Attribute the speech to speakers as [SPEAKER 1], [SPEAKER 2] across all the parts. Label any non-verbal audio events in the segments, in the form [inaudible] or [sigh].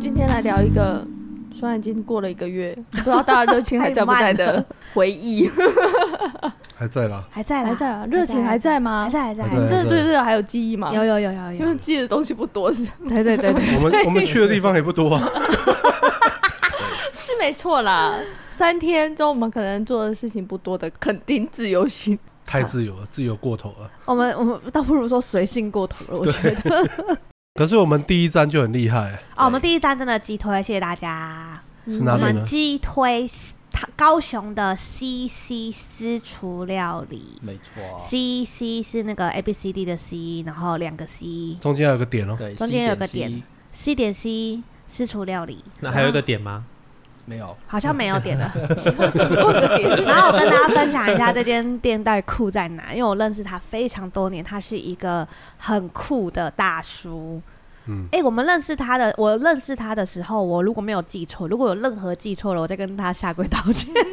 [SPEAKER 1] 今天来聊一个，虽然已经过了一个月，不知道大家热情还在不在
[SPEAKER 2] 太慢
[SPEAKER 1] 的
[SPEAKER 2] 了 [laughs]
[SPEAKER 1] 回忆，
[SPEAKER 3] 还在啦，
[SPEAKER 2] 还在啦
[SPEAKER 1] 还在啊？热情还在啊吗
[SPEAKER 2] 还？在还在，
[SPEAKER 3] 还
[SPEAKER 2] 还
[SPEAKER 3] 在
[SPEAKER 1] 你
[SPEAKER 2] 在
[SPEAKER 1] 真的对这个还有记忆吗？
[SPEAKER 2] 有有有有
[SPEAKER 1] 因为
[SPEAKER 2] 有， [laughs]
[SPEAKER 1] 记的东西不多是
[SPEAKER 2] 对对对对， [laughs]
[SPEAKER 3] 我们我们去的地方也不多啊。
[SPEAKER 1] 是没
[SPEAKER 2] [laughs]
[SPEAKER 1] 错啦。三天中我们可能做的事情不多的，肯定自由行。
[SPEAKER 3] 太自由了，自由过头了。
[SPEAKER 2] 我们我们倒不如说随性过头了，我觉
[SPEAKER 3] 对
[SPEAKER 2] [laughs] 得。
[SPEAKER 3] 可是我们第一站就很厉害，
[SPEAKER 2] 哦，我们第一站真的击推，谢谢大家。
[SPEAKER 3] 是
[SPEAKER 2] 我
[SPEAKER 3] 哪里
[SPEAKER 2] 们
[SPEAKER 3] 呢？
[SPEAKER 2] 击推它高雄的 CC 私厨料理
[SPEAKER 4] 没错啊，
[SPEAKER 2] ，CC 是那个 A B C D 的 C，然后两个 C，C
[SPEAKER 3] 中间还有个点哦，
[SPEAKER 4] 对，
[SPEAKER 2] 中间有个
[SPEAKER 4] C
[SPEAKER 2] 点点 C 私厨料理，啊
[SPEAKER 5] 那还有一个点吗？
[SPEAKER 4] 没有，
[SPEAKER 2] 好像没有点了。
[SPEAKER 1] 这么多个点，
[SPEAKER 2] [laughs] 然后我跟大家分享一下这间店到底酷在哪，因为我认识他非常多年，他是一个很酷的大叔。
[SPEAKER 3] 嗯，
[SPEAKER 2] 哎、我们认识他的，我认识他的时候，我如果没有记错，如果有任何记错了，我再跟他下跪道歉， [laughs] 因为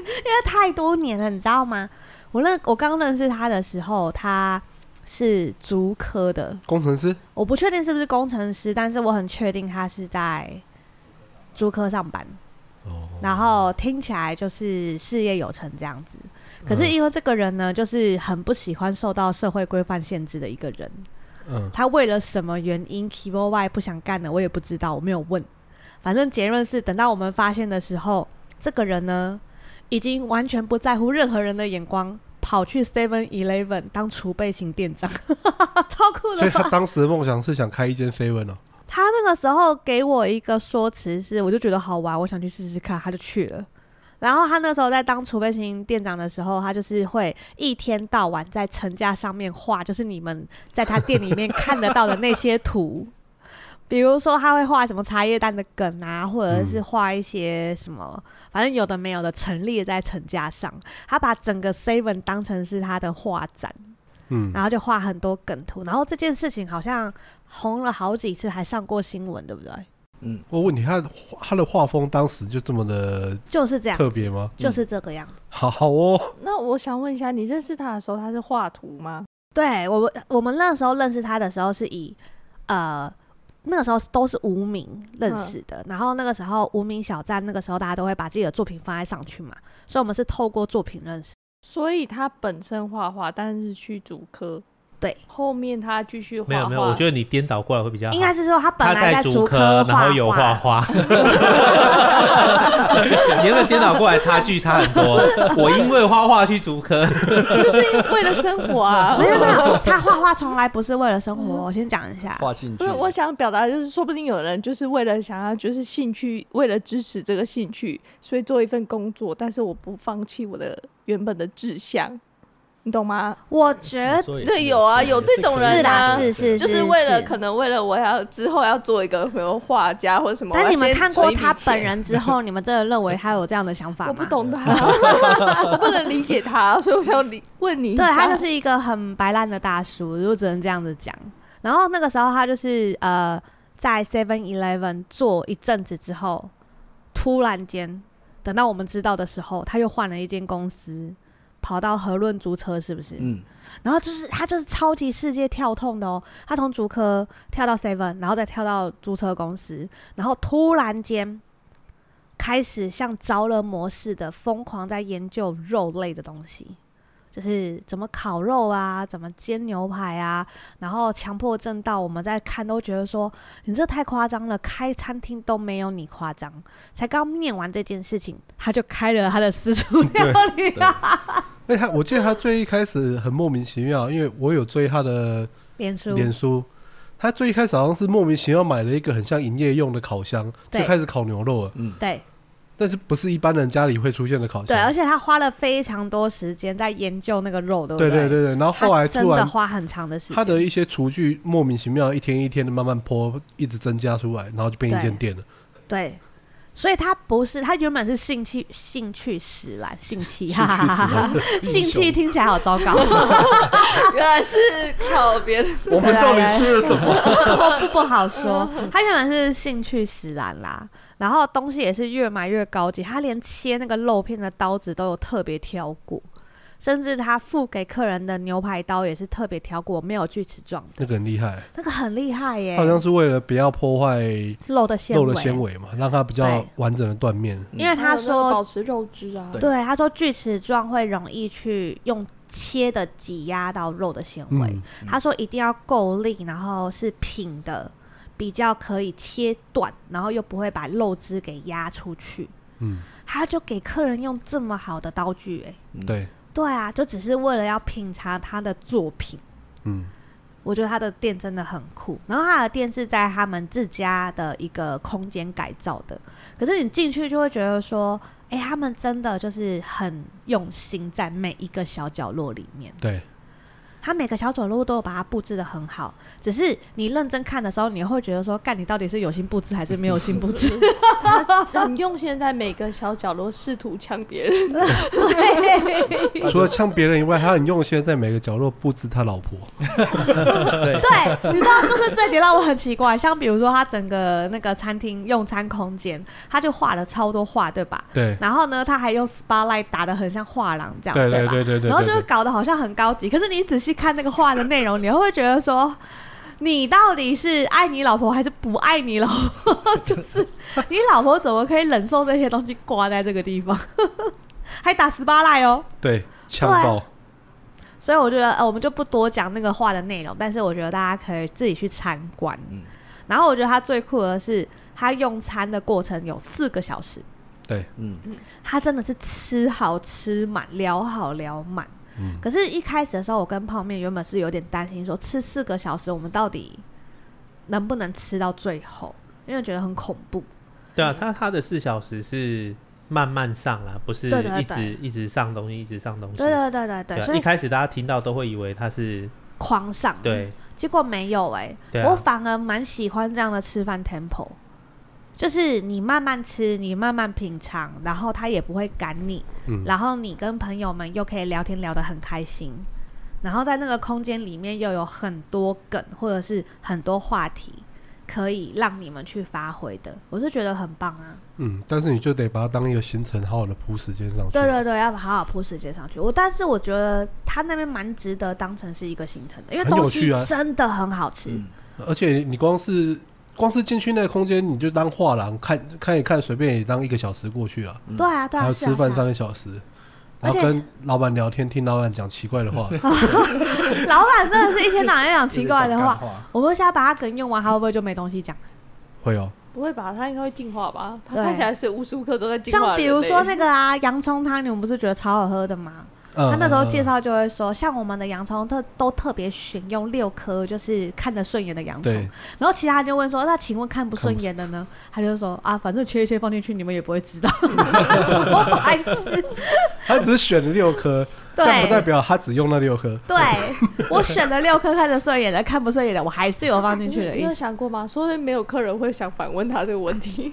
[SPEAKER 2] 太多年了，你知道吗？我认我刚认识他的时候，他是足科的，
[SPEAKER 3] 工程师
[SPEAKER 2] 我不确定是不是工程师，但是我很确定他是在租科上班。然后听起来就是事业有成这样子。
[SPEAKER 3] 嗯
[SPEAKER 2] 可是因为这个人呢，就是很不喜欢受到社会规范限制的一个人。
[SPEAKER 3] 嗯，
[SPEAKER 2] 他为了什么原因 k e y b o Y 不想干了，我也不知道，我没有问。反正结论是，等到我们发现的时候，这个人呢，已经完全不在乎任何人的眼光，跑去 Seven Eleven 当储备型店长， [laughs] 超酷
[SPEAKER 3] 所
[SPEAKER 2] 的
[SPEAKER 3] 以他
[SPEAKER 2] 吧？
[SPEAKER 3] 当时的梦想是想开一间 seven 哦，
[SPEAKER 2] 他那个时候给我一个说辞是，我就觉得好玩，我想去试试看，他就去了。然后他那时候在当储备型店长的时候，他就是会一天到晚在层架上面画，就是你们在他店里面看得到的那些图， [laughs] 比如说他会画什么茶叶蛋的梗啊，或者是画一些什么，反正有的没有的陈列在层架上。他把整个 Seven 当成是他的画展，
[SPEAKER 3] 嗯，
[SPEAKER 2] 然后就画很多梗图，然后这件事情好像红了好几次，还上过新闻，对不对？
[SPEAKER 4] 嗯，
[SPEAKER 3] 我问你，他的画他的画风当时就这么的
[SPEAKER 2] 就是这样，
[SPEAKER 3] 特别吗？嗯
[SPEAKER 2] 就是这个样子。
[SPEAKER 3] 好好哦， [laughs]
[SPEAKER 1] 那我想问一下，你认识他的时候他是画图吗？
[SPEAKER 2] 对我们我们那时候认识他的时候是以呃。那个时候都是无名认
[SPEAKER 1] 嗯
[SPEAKER 2] 识的，然后那个时候无名小站，那个时候大家都会把自己的作品放在上去嘛，所以我们是透过作品认识。
[SPEAKER 1] 所以他本身画画，但是去主科。
[SPEAKER 2] 对，
[SPEAKER 1] 后面他继续画画。
[SPEAKER 5] 没有没有，我觉得你颠倒过来会比较好。
[SPEAKER 2] 应该是说他本
[SPEAKER 5] 啊他
[SPEAKER 2] 来
[SPEAKER 5] 在
[SPEAKER 2] 竹
[SPEAKER 5] 竹
[SPEAKER 2] 科
[SPEAKER 5] 科，然后有画
[SPEAKER 2] 画，
[SPEAKER 5] 画， [laughs] 你有没有颠倒过来？差距差很多。我因为画画去竹科， [laughs]
[SPEAKER 1] 就是为了生活
[SPEAKER 2] [laughs]
[SPEAKER 1] 啊。
[SPEAKER 2] 没有没有，他画画从来不是为了生活。我先讲一下，
[SPEAKER 4] 画进去
[SPEAKER 1] 不是，我想表达的就是，说不定有人就是为了想要，就是兴趣，为了支持这个兴趣，所以做一份工作，但是我不放弃我的原本的志向，你懂吗？
[SPEAKER 2] 我觉
[SPEAKER 4] 得
[SPEAKER 1] 对有啊有这种人
[SPEAKER 2] 是啦，
[SPEAKER 1] 啊
[SPEAKER 2] 是是，
[SPEAKER 1] 就是为了
[SPEAKER 2] 是
[SPEAKER 1] 可能为了我要之后要做一个比如画家或者什么。我
[SPEAKER 2] 但
[SPEAKER 1] 要
[SPEAKER 2] 你们
[SPEAKER 1] 先
[SPEAKER 2] 看
[SPEAKER 1] 存
[SPEAKER 2] 过
[SPEAKER 1] 一笔
[SPEAKER 2] 他
[SPEAKER 1] 钱
[SPEAKER 2] 本，人之
[SPEAKER 1] [laughs]
[SPEAKER 2] 后，你们真的认为他有这样的想法吗？
[SPEAKER 1] 我不。懂他，
[SPEAKER 2] [laughs]
[SPEAKER 1] 我不能理解他，所以我想理问你一
[SPEAKER 2] 对
[SPEAKER 1] 下。
[SPEAKER 2] 他就是一个很白烂的大叔，我只能这样子讲。然后那个时候他就是呃，在 Seven Eleven 做一阵子之后，突然间等到我们知道的时候，他又换了一间公司，跑到和润租车，是不是？
[SPEAKER 4] 嗯，
[SPEAKER 2] 然后就是他就是超级世界跳痛的哦，他从竹科跳到 Seven，然后再跳到租车公司，然后突然间开始像着了魔似的疯狂在研究肉类的东西，就是怎么烤肉啊，怎么煎牛排啊，然后强迫症到我们在看都觉得说你这太夸张了，开餐厅都没有你夸张。才刚念完这件事情，他就开了他的私厨料理啊，
[SPEAKER 3] 哎，他我记得他最一开始很莫名其妙，因为我有追他的
[SPEAKER 2] 脸书
[SPEAKER 3] 脸书，他最一开始好像是莫名其妙买了一个很像营业用的烤箱，就
[SPEAKER 2] 对
[SPEAKER 3] 开始烤牛肉了，
[SPEAKER 2] 对
[SPEAKER 3] 但是不是一般人家里会出现的烤箱。
[SPEAKER 2] 对，而且他花了非常多时间在研究那个肉，对不
[SPEAKER 3] 对
[SPEAKER 2] 对
[SPEAKER 3] 对对对，然后
[SPEAKER 2] 他
[SPEAKER 3] 后来
[SPEAKER 2] 真
[SPEAKER 3] 突
[SPEAKER 2] 的
[SPEAKER 3] 然
[SPEAKER 2] 花很长的时间，
[SPEAKER 3] 他的一些厨具莫名其妙一天一天的慢慢坡，一直增加出来，然后就变一间店了。
[SPEAKER 2] 对，所以他不是他原本是兴趣兴趣使然，兴趣
[SPEAKER 3] 兴
[SPEAKER 2] 哈哈
[SPEAKER 3] 趣使
[SPEAKER 2] 哈哈，兴趣听起来好
[SPEAKER 3] [laughs]
[SPEAKER 2] 糟糕，
[SPEAKER 1] 原来是考别人，
[SPEAKER 5] 我们到底吃了什么？
[SPEAKER 2] 不不好说。他原本是兴趣使然啦，然后东西也是越买越高级，他连切那个肉片的刀子都有特别挑过。甚至他付给客人的牛排刀也是特别挑过，没有锯齿状
[SPEAKER 3] [laughs]
[SPEAKER 2] 的，
[SPEAKER 3] 那个很厉害，
[SPEAKER 2] 那个很厉害耶
[SPEAKER 3] 他。好像是为了不要破坏
[SPEAKER 2] 肉的纤
[SPEAKER 3] 肉的
[SPEAKER 2] 维，
[SPEAKER 3] 纤维嘛，让它比较
[SPEAKER 2] 对
[SPEAKER 3] 完整的断面。
[SPEAKER 2] 因为 [laughs] 他说
[SPEAKER 1] 保持肉
[SPEAKER 2] [laughs]
[SPEAKER 1] 汁啊，
[SPEAKER 2] 对，他说锯齿状会容易去用切的挤压到肉的纤维。
[SPEAKER 3] 嗯，
[SPEAKER 2] 他说一定要够力，然后是平的，比较可以切断，然后又不会把肉汁给压出去。
[SPEAKER 3] 嗯，
[SPEAKER 2] 他就给客人用这么好的刀具、欸，
[SPEAKER 3] 对，
[SPEAKER 2] 对啊，就只是为了要品尝他的作品。
[SPEAKER 3] 嗯，
[SPEAKER 2] 我觉得他的店真的很酷，然后他的店是在他们自家的一个空间改造的，可是你进去就会觉得说，哎、他们真的就是很用心在每一个小角落里面，
[SPEAKER 3] 对，
[SPEAKER 2] 他每个小角落都有把它布置的很好，只是你认真看的时候，你会觉得说，干你到底是有心布置还是没有心布置？
[SPEAKER 1] 很用心在每个小角落试图呛别人，
[SPEAKER 3] 除了像别人以外，他很用心地在每个角落布置他老婆。
[SPEAKER 2] 对，你知道，就是这点让我很奇怪。像比如说，他整个那个餐厅用餐空间，他就画了超多画，对吧？
[SPEAKER 3] 对，
[SPEAKER 2] 然后呢，他还用 spotlight 打的很像画廊这样，
[SPEAKER 3] 对对
[SPEAKER 2] 吧？
[SPEAKER 3] 对对对，
[SPEAKER 2] 然后就
[SPEAKER 3] 对
[SPEAKER 2] 是搞得好像很高级，可是你仔细看那个画的内容，你会觉得说，你到底是爱你老婆还是不爱你老婆？ [laughs] 就是你老婆怎么可以忍受这些东西挂在这个地方， [laughs] 还打十八赖哦？
[SPEAKER 3] 对呛爆，
[SPEAKER 2] 所以我觉得，呃，我们就不多讲那个画的内容，但是我觉得大家可以自己去参观。
[SPEAKER 4] 嗯
[SPEAKER 2] 然后我觉得他最酷的是，他用餐的过程有四个小时，
[SPEAKER 3] 对，
[SPEAKER 4] 嗯
[SPEAKER 2] 他真的是吃好吃满，聊好聊满。
[SPEAKER 3] 嗯，
[SPEAKER 2] 可是，一开始的时候，我跟泡面原本是有点担心说吃四个小时，我们到底能不能吃到最后？因为觉得很恐怖。
[SPEAKER 5] 对啊，他他的四小时是慢慢上啦，不是
[SPEAKER 2] 对对
[SPEAKER 5] 一
[SPEAKER 2] 对
[SPEAKER 5] 直一直上东西，一直上东西。
[SPEAKER 2] 对对对对对，
[SPEAKER 5] 对啊
[SPEAKER 2] 所
[SPEAKER 5] 一
[SPEAKER 2] 以
[SPEAKER 5] 开始大家听到都会以为他是
[SPEAKER 2] 狂上。，
[SPEAKER 5] 对
[SPEAKER 2] 结果没有哎、
[SPEAKER 5] 对啊
[SPEAKER 2] 我反而蛮喜欢这样的吃饭 tempo，就是你慢慢吃，你慢慢品尝，然后他也不会赶你，
[SPEAKER 3] 嗯
[SPEAKER 2] 然后你跟朋友们又可以聊天聊得很开心，然后在那个空间里面又有很多梗或者是很多话题可以让你们去发挥的，我是觉得很棒啊！
[SPEAKER 3] 嗯，但是你就得把它当一个行程，好好的铺时间上去。
[SPEAKER 2] 对对对，要好好铺时间上去。我但是我觉得他那边蛮值得当成是一个行程的，因为
[SPEAKER 3] 很有
[SPEAKER 2] 东西
[SPEAKER 3] 趣啊
[SPEAKER 2] 真的很好吃。
[SPEAKER 4] 嗯
[SPEAKER 3] 而且你光是光是进去那个空间，你就当画廊看看一看，随便也当一个小时过去啊，
[SPEAKER 2] 对啊，对
[SPEAKER 3] 还
[SPEAKER 2] 啊，
[SPEAKER 3] 有
[SPEAKER 2] 是啊
[SPEAKER 3] 吃饭
[SPEAKER 2] 是啊
[SPEAKER 3] 上一小时，
[SPEAKER 2] 而
[SPEAKER 3] 然
[SPEAKER 2] 且
[SPEAKER 3] 后跟老板聊天，听老板讲奇怪的话，
[SPEAKER 2] [laughs] 老板真的是一天到晚在讲奇怪的
[SPEAKER 4] 一直讲
[SPEAKER 2] 话
[SPEAKER 4] 干。话
[SPEAKER 2] 我们现在把他梗用完，他会不会就没东西讲？
[SPEAKER 3] [laughs] 会哦，
[SPEAKER 1] 不会吧？他应该会进化吧？他
[SPEAKER 2] 对
[SPEAKER 1] 看起来是无时无刻都在进化
[SPEAKER 2] 像
[SPEAKER 1] 的
[SPEAKER 2] 比
[SPEAKER 1] 人
[SPEAKER 2] 如
[SPEAKER 1] 类。
[SPEAKER 2] 说
[SPEAKER 1] [laughs]
[SPEAKER 2] 那个啊，洋葱汤，你们不是觉得超好喝的吗？
[SPEAKER 3] 嗯
[SPEAKER 2] 他那时候介，绍就会说，像我们的洋葱特都特别选用六颗，就是看得顺眼的洋葱。
[SPEAKER 3] 对
[SPEAKER 2] 然后其他人就问说，那请问看不顺眼的呢？他就说啊，反正切一切放进去，你们也不会知道。什么白痴？
[SPEAKER 3] 他只是选了六颗，但不代
[SPEAKER 2] [laughs] 对。
[SPEAKER 3] 表他只用那六颗。
[SPEAKER 2] 对，我选了六颗看得顺眼的，看不顺眼的，我还是有放进
[SPEAKER 1] 你
[SPEAKER 2] 去的
[SPEAKER 1] 你
[SPEAKER 2] 意
[SPEAKER 1] 有
[SPEAKER 2] 思。
[SPEAKER 1] 想过吗？说不定没有客人会想反问他这个问题。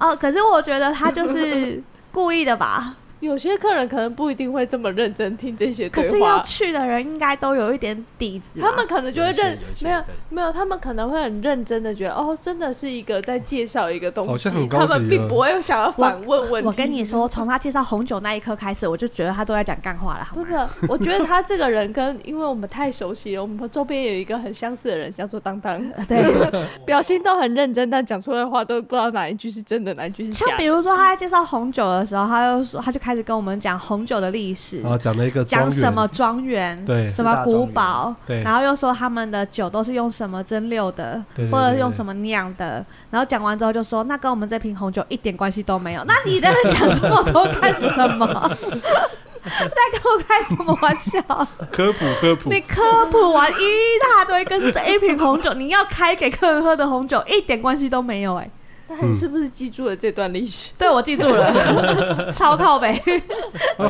[SPEAKER 2] 哦，可是我觉得他就是故意的吧。
[SPEAKER 1] [laughs] 有些客人可能不一定会这么认真听这些
[SPEAKER 2] 可
[SPEAKER 1] 对
[SPEAKER 2] 是要
[SPEAKER 1] 话，
[SPEAKER 2] 去的人应该都有一点底子啊、
[SPEAKER 1] 他们可能就会认
[SPEAKER 4] 有一些有一些
[SPEAKER 1] 没有
[SPEAKER 4] 对
[SPEAKER 1] 没有，他们可能会很认真的觉得哦，真的是一个在介绍一个东
[SPEAKER 3] 好
[SPEAKER 1] 西
[SPEAKER 3] 像很，高级
[SPEAKER 1] 他
[SPEAKER 3] 啊
[SPEAKER 1] 们并不会想要反问问题。
[SPEAKER 2] 我跟你说，从他介绍红酒那一刻开始，我就觉得他都在讲干话了，好
[SPEAKER 1] 不
[SPEAKER 2] 吗
[SPEAKER 1] 是？，我觉得他这个人跟因为我们太熟悉了，我们周边有一个很相似的人叫做当 [laughs] 当，
[SPEAKER 2] [laughs] 对，
[SPEAKER 1] 表情都很认真，但讲出来的话都不知道哪一句是真的，哪一句是
[SPEAKER 2] 像
[SPEAKER 1] 假
[SPEAKER 2] 比
[SPEAKER 1] 的。
[SPEAKER 2] 如说他在介绍红酒的时候，他就说，他就开始跟我们讲红酒的历史，
[SPEAKER 3] 然后讲了一个庄
[SPEAKER 2] 讲
[SPEAKER 3] 园
[SPEAKER 2] 什么庄园，
[SPEAKER 3] 哦对
[SPEAKER 2] 什么古堡，
[SPEAKER 3] 对
[SPEAKER 2] 然后又说他们的酒都是用什么蒸馏的，
[SPEAKER 3] 对对
[SPEAKER 2] 或者
[SPEAKER 3] 对
[SPEAKER 2] 用
[SPEAKER 3] 对
[SPEAKER 2] 什么酿的。然后讲完之后就说，那跟我们这瓶红酒一点关系都没有。那你在那讲这么多干什么？ [laughs] 在跟我开什么玩笑？
[SPEAKER 5] 科普科普
[SPEAKER 2] 你科普完一大堆，跟这一瓶红酒，你要开给客人喝的红酒一点关系都没有、哎，
[SPEAKER 1] 那你是不是记住了这段历史？
[SPEAKER 2] 对我记住 [laughs] 了，超靠北，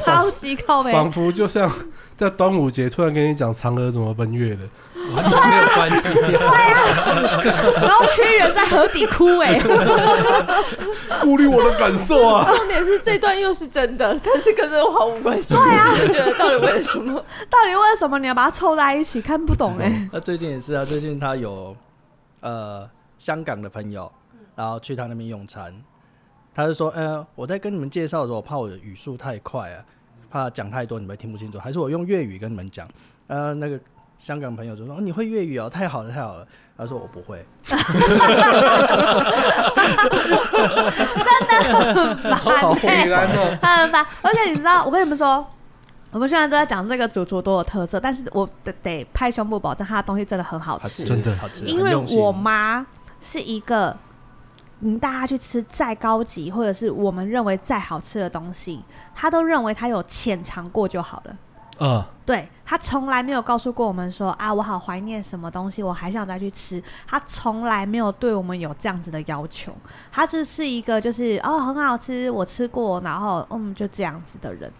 [SPEAKER 2] 超级靠北，
[SPEAKER 3] 仿佛就像在端午节突然跟你讲嫦娥怎么奔月的，
[SPEAKER 5] 完全没有关系。
[SPEAKER 2] 然后屈原在河底哭、 [laughs] 哎。
[SPEAKER 3] 顾虑我的感受啊。
[SPEAKER 1] 重点是这段又是真的， [laughs] 但是跟这个毫无关系。对啊，就觉得到底为了什么？
[SPEAKER 2] 到底为什么你要把它凑在一起？看不懂 [laughs] 哎、
[SPEAKER 4] 那最近也是啊，最近他有呃香港的朋友，然后去他那边用餐，他就说，嗯、呃，我在跟你们介绍的时候，我怕我的语速太快啊，怕讲太多你们听不清楚，还是我用粤语跟你们讲。呃，那个香港朋友就说，哦，你会粤语哦，太好了，太好了。他说我不会，
[SPEAKER 2] 好啊
[SPEAKER 5] 北兰哦，
[SPEAKER 2] 欸很烦。而且你知道，我跟你们说，我们现在都在讲这个主厨多有特色，但是我得得拍胸脯保证，他的东西真的很好
[SPEAKER 4] 好
[SPEAKER 2] 吃
[SPEAKER 4] 吃，。
[SPEAKER 3] 真的
[SPEAKER 4] 好吃，
[SPEAKER 2] 因
[SPEAKER 4] 很
[SPEAKER 2] 为
[SPEAKER 4] 用心
[SPEAKER 2] 我妈是一个，嗯，大家去吃再高级或者是我们认为再好吃的东西，她都认为她有浅尝过就好了。
[SPEAKER 3] [laughs] 啊，
[SPEAKER 2] 对她从来没有告诉过我们说啊，我好怀念什么东西，我还想再去吃。她从来没有对我们有这样子的要求，她就是一个就是哦很好吃，我吃过，然后嗯就这样子的人。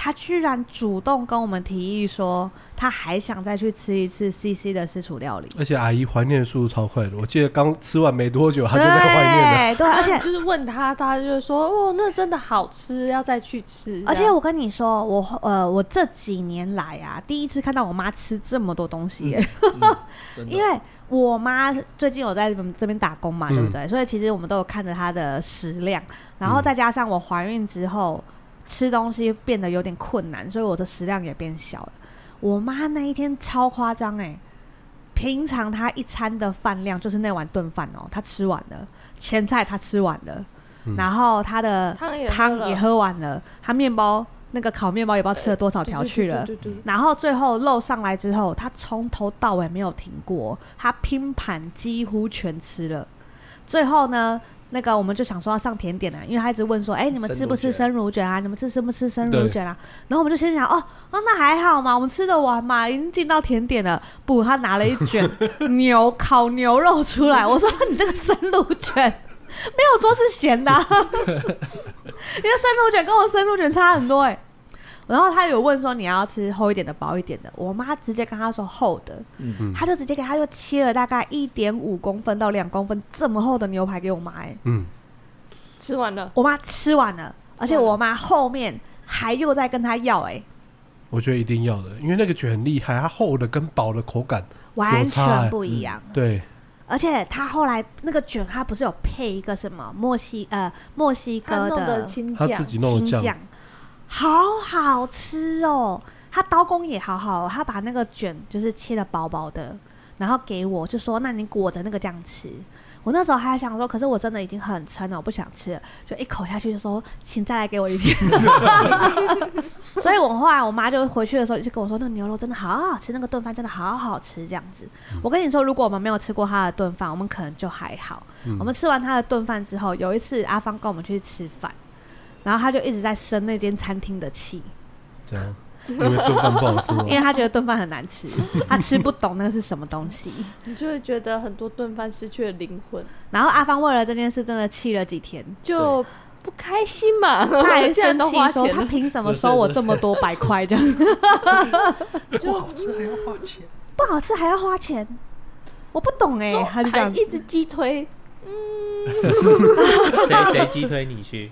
[SPEAKER 2] 她居然主动跟我们提议说，她还想再去吃一次 CC 的私厨料理。
[SPEAKER 3] 而且阿姨怀念的速度超快的，我记得刚吃完没多久，她就在怀念了。
[SPEAKER 2] [laughs] 对啊对，而
[SPEAKER 1] [laughs]
[SPEAKER 2] 且
[SPEAKER 1] 就是问他，他就说：“哦，那真的好吃，要再去吃。”
[SPEAKER 2] 而且我跟你说，我呃，我这几年来啊，第一次看到我妈吃这么多东西耶、
[SPEAKER 3] 嗯
[SPEAKER 4] 嗯真的
[SPEAKER 2] [laughs] 因为我妈最近有在我们这边打工嘛，
[SPEAKER 3] 嗯
[SPEAKER 2] 对不对？所以其实我们都有看着她的食量，然
[SPEAKER 3] 嗯
[SPEAKER 2] 后再加上我怀孕之后、吃东西变得有点困难，所以我的食量也变小了。我妈那一天超夸张哎、平常她一餐的饭量就是那碗炖饭哦，她吃完了，前菜她吃完了，
[SPEAKER 3] 嗯
[SPEAKER 2] 然后她的
[SPEAKER 1] 汤也
[SPEAKER 2] 汤也喝完了，他面包那个烤面包也不知道吃了多少条去了。
[SPEAKER 1] 对对对，
[SPEAKER 2] 然后最后肉上来之后，他从头到尾没有停过，他拼盘几乎全吃了。最后呢，那个我们就想说要上甜点啊，因为他一直问说：“哎、你们吃不吃生乳卷啊？你们吃吃不吃生乳卷啊？”然后我们就心想：“哦，哦，那还好嘛，我们吃得完嘛，已经进到甜点了。”不，他拿了一卷牛烤牛肉出来，我说：“你这个生乳卷。”没有说是咸的啊、你的生乳卷跟我生乳卷差很多哎、然后他有问说你要吃厚一点的、薄一点的，我妈直接跟他说厚的，
[SPEAKER 3] 嗯
[SPEAKER 2] 他就直接给他又切了大概一点五公分到两公分这么厚的牛排给我妈哎、
[SPEAKER 3] 嗯，
[SPEAKER 1] 吃完了，
[SPEAKER 2] 我妈吃完了，而且我妈后面还又在跟他要哎、
[SPEAKER 3] 我觉得一定要的，因为那个卷很厉害，它厚的跟薄的口感，
[SPEAKER 2] 完
[SPEAKER 3] 有差欸
[SPEAKER 2] 全不一样。
[SPEAKER 3] 对，
[SPEAKER 2] 而且他后来那个卷，他不是有配一个什么墨西呃墨西
[SPEAKER 1] 他
[SPEAKER 2] 哥
[SPEAKER 1] 弄
[SPEAKER 2] 的
[SPEAKER 1] 的啊青
[SPEAKER 3] 她
[SPEAKER 1] 酱
[SPEAKER 3] 自，己弄的
[SPEAKER 2] 青
[SPEAKER 3] 酱，
[SPEAKER 2] 好好吃哦！他刀工也好好、哦，他把那个卷就是切的薄薄的，然后给我就说：“那你裹着那个酱吃。”我那时候还想说，可是我真的已经很撑了，我不想吃了，就一口下去就说：“请再来给我
[SPEAKER 3] [laughs]
[SPEAKER 2] 一片。” [laughs] 所以，我后来我妈就回去的时候就跟我说：“那个牛肉真的好好吃，那个炖饭真的好好吃。”这样子，
[SPEAKER 3] 嗯
[SPEAKER 2] 我跟你说，如果我们没有吃过他的炖饭，我们可能就还好。
[SPEAKER 3] 嗯
[SPEAKER 2] 我们吃完他的炖饭之后，有一次阿芳跟我们去吃饭，然后他就一直在生那间餐厅的气，
[SPEAKER 3] 这样，因为炖饭不好
[SPEAKER 2] [laughs]
[SPEAKER 3] 吃嘛
[SPEAKER 2] 因。为他觉得炖饭很难吃，他吃不懂那个是什么东西。
[SPEAKER 1] 你就会觉得很多顿饭失去了灵魂，
[SPEAKER 2] 然后阿芳为了这件事真的气了几天，
[SPEAKER 1] 就不开心嘛。
[SPEAKER 2] 他
[SPEAKER 1] [laughs]
[SPEAKER 2] 还
[SPEAKER 1] 既然
[SPEAKER 2] 生
[SPEAKER 1] 都
[SPEAKER 2] 气
[SPEAKER 1] 花
[SPEAKER 2] 说
[SPEAKER 1] 钱
[SPEAKER 2] 他
[SPEAKER 1] 了，
[SPEAKER 2] 凭什么收我这么多百块这样？
[SPEAKER 4] 不好吃还要花钱，
[SPEAKER 2] 不好吃还要花钱，我不懂哎、
[SPEAKER 1] 就
[SPEAKER 2] 他就这样
[SPEAKER 1] 还一直击推，
[SPEAKER 5] 谁谁击推你去？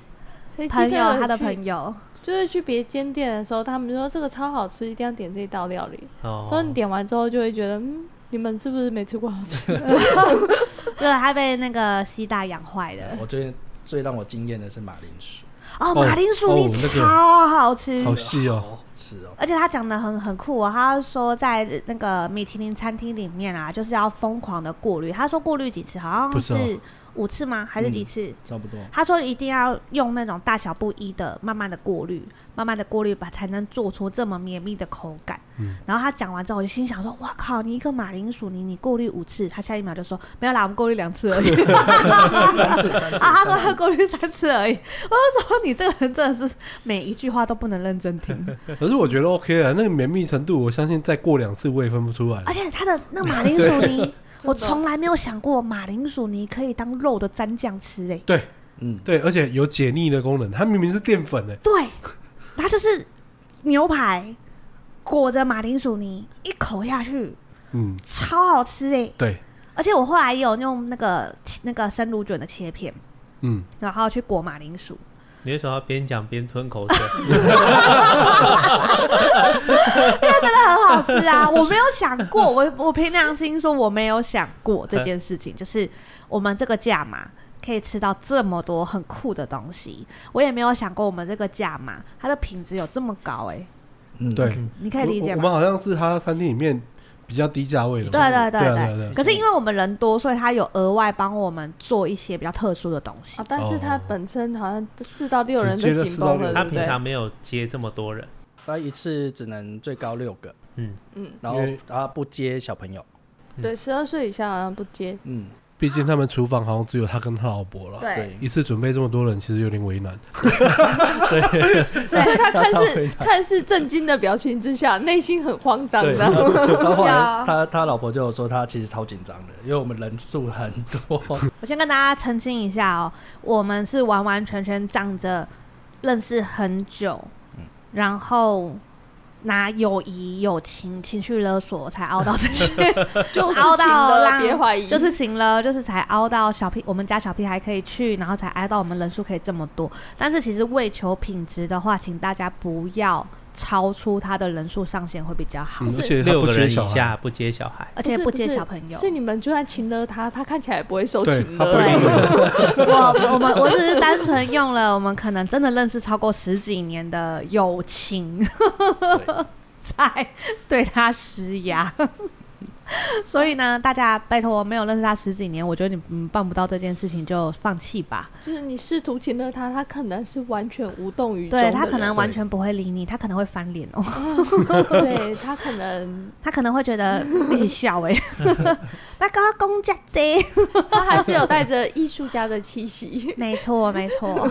[SPEAKER 1] 所以击
[SPEAKER 2] 朋
[SPEAKER 1] 退
[SPEAKER 2] 友
[SPEAKER 1] 我
[SPEAKER 2] 他的
[SPEAKER 1] 去
[SPEAKER 2] 朋友，
[SPEAKER 1] 就是去别间店的时候，他们说这个超好吃，一定要点这一道料理。
[SPEAKER 5] 哦
[SPEAKER 1] 所以你点完之后就会觉得，嗯，你们是不是没吃过好吃？，
[SPEAKER 2] 对，他被那个西大养坏了。
[SPEAKER 4] 我最近最让我惊艳的是马铃薯，
[SPEAKER 2] 哦，
[SPEAKER 3] 哦
[SPEAKER 2] 马铃薯
[SPEAKER 3] 哦
[SPEAKER 2] 泥
[SPEAKER 3] 那个
[SPEAKER 2] 超好吃，
[SPEAKER 3] 好细哦，
[SPEAKER 4] 是哦，
[SPEAKER 2] 而且他讲的很很酷哦，他说在那个米其林餐厅里面啊，就是要疯狂的过滤。他说过滤几次，好
[SPEAKER 3] 不
[SPEAKER 2] 像
[SPEAKER 3] 知道嗯
[SPEAKER 2] 是五次吗？还是几次？
[SPEAKER 4] 差
[SPEAKER 2] [laughs]
[SPEAKER 4] 不多。
[SPEAKER 2] 他说一定要用那种大小不一的，慢慢的过滤，慢慢的过滤吧，才能做出这么绵密的口感。
[SPEAKER 3] 嗯
[SPEAKER 2] 然后他讲完之后，我就心想说：“哇靠，你一个马铃薯泥，你过滤五次。”他下一秒就说：“没有啦，我们过滤两次而已。”
[SPEAKER 3] [laughs]
[SPEAKER 4] 三次，三次。
[SPEAKER 2] 啊，他说
[SPEAKER 4] 三次
[SPEAKER 2] 他过滤三次而已。我就说：“你这个人真的是每一句话都不能认真听。”
[SPEAKER 3] 可是我觉得 OK 啊，那个绵密程度，我相信再过两次我也分不出来
[SPEAKER 2] 而。且它的那马铃薯泥我
[SPEAKER 1] 真的
[SPEAKER 2] 从来没有想过马铃薯泥可以当肉的蘸酱吃诶、欸
[SPEAKER 3] 对
[SPEAKER 4] 嗯，
[SPEAKER 3] 对，而且有解腻的功能，它明明是淀粉呢，
[SPEAKER 2] 对，它就是牛排裹着马铃薯泥，一口下去
[SPEAKER 3] 嗯，
[SPEAKER 2] 超好吃诶、
[SPEAKER 3] 对，
[SPEAKER 2] 而且我后来也有用那个那个生乳卷的切片，
[SPEAKER 3] 嗯，
[SPEAKER 2] 然后去裹马铃薯，
[SPEAKER 5] 你为什么要边讲边吞口
[SPEAKER 2] [laughs]
[SPEAKER 5] 水？
[SPEAKER 2] 真的很好
[SPEAKER 3] [laughs]
[SPEAKER 2] 吃啊！我没有想过，我我凭良心说我没有想过这件事情，就是我们这个价码可以吃到这么多很酷的东西，我也没有想过我们这个价码它的品质有这么高哎、
[SPEAKER 4] 嗯，
[SPEAKER 3] 对，
[SPEAKER 2] 你可以理解
[SPEAKER 3] 我我们
[SPEAKER 2] 吗？
[SPEAKER 3] 好像是他餐厅里面比较低价位的嘛，
[SPEAKER 2] 对对
[SPEAKER 3] 对啊
[SPEAKER 2] 对
[SPEAKER 3] 对啊对啊
[SPEAKER 2] 可是因为我们人多，所以他有额外帮我们做一些比较特殊的东西
[SPEAKER 1] 啊，。
[SPEAKER 3] 哦
[SPEAKER 1] 但是它本身好像四到六人
[SPEAKER 3] 只接
[SPEAKER 1] 就
[SPEAKER 3] 了
[SPEAKER 1] 紧
[SPEAKER 3] 4到
[SPEAKER 1] 绷
[SPEAKER 3] 6
[SPEAKER 1] 了，
[SPEAKER 5] 嗯他
[SPEAKER 1] 对不
[SPEAKER 5] 平
[SPEAKER 1] 对？
[SPEAKER 5] 常没有接这么多人，
[SPEAKER 4] 他一次只能最高六个，
[SPEAKER 5] 嗯
[SPEAKER 1] 嗯，
[SPEAKER 4] 然后
[SPEAKER 3] 因为
[SPEAKER 4] 他不接小朋友，
[SPEAKER 1] 对，十二岁以下好像不接。
[SPEAKER 4] 嗯，
[SPEAKER 3] 毕竟他们厨房好像只有他跟他老婆了，
[SPEAKER 4] 对，
[SPEAKER 3] 一次准备这么多人，其实有点为难。
[SPEAKER 1] 所以他看
[SPEAKER 4] 稍微
[SPEAKER 1] 似
[SPEAKER 4] 来
[SPEAKER 1] 看似震惊的表情之下，内心很慌张的。
[SPEAKER 4] 然后
[SPEAKER 2] [laughs]
[SPEAKER 4] 后来
[SPEAKER 2] 呀
[SPEAKER 4] 他他老婆就有说他其实超紧张的，因为我们人数很 [laughs] 多，
[SPEAKER 2] 我先跟大家澄清一下哦，我们是完完全全仗着认识很久，然后拿友谊、友情、情绪勒索才熬到这
[SPEAKER 1] [laughs]
[SPEAKER 2] 些，
[SPEAKER 1] [laughs] 就是
[SPEAKER 2] 熬
[SPEAKER 1] 请
[SPEAKER 2] 到
[SPEAKER 1] 了，
[SPEAKER 2] 让
[SPEAKER 1] 别怀疑，
[SPEAKER 2] 就是情了，就是才熬到小屁，我们家小屁孩可以去，然后才挨到我们人数可以这么多。但是其实为求品质的话，请大家不要超出他的人数上限会比较好，
[SPEAKER 3] 嗯
[SPEAKER 1] 是
[SPEAKER 3] 而且他
[SPEAKER 5] 六
[SPEAKER 3] 不
[SPEAKER 5] 个
[SPEAKER 3] 接
[SPEAKER 5] 人以
[SPEAKER 3] 小孩，
[SPEAKER 5] 下不接小孩，
[SPEAKER 2] 而且
[SPEAKER 1] 是
[SPEAKER 2] 不
[SPEAKER 1] 不
[SPEAKER 2] 接
[SPEAKER 1] 是
[SPEAKER 2] 小朋友。
[SPEAKER 1] 是你们就算请了他，他看起来也不会受
[SPEAKER 3] 对
[SPEAKER 1] 请
[SPEAKER 3] 他不
[SPEAKER 1] 了
[SPEAKER 3] 会。
[SPEAKER 2] 对，我我们我只是单纯用了我们可能真的认识超过十几年的友情，在 [laughs] 对他施压。 [laughs] 所以呢，大家拜托，没有认识他十几年，我觉得你嗯办不到这件事情就放弃吧。
[SPEAKER 1] 就是你试图请了他，他可能是完全无动于衷
[SPEAKER 2] 对
[SPEAKER 1] 的人。
[SPEAKER 2] 他可 [laughs] 能完全不会理你，他可能会翻脸哦，
[SPEAKER 1] 对他可
[SPEAKER 2] [laughs]
[SPEAKER 1] 能
[SPEAKER 2] 他可能会觉得一起笑哎、欸，那个公家贼，
[SPEAKER 1] 他还是有带着艺术家的气息。
[SPEAKER 2] 没错，没错。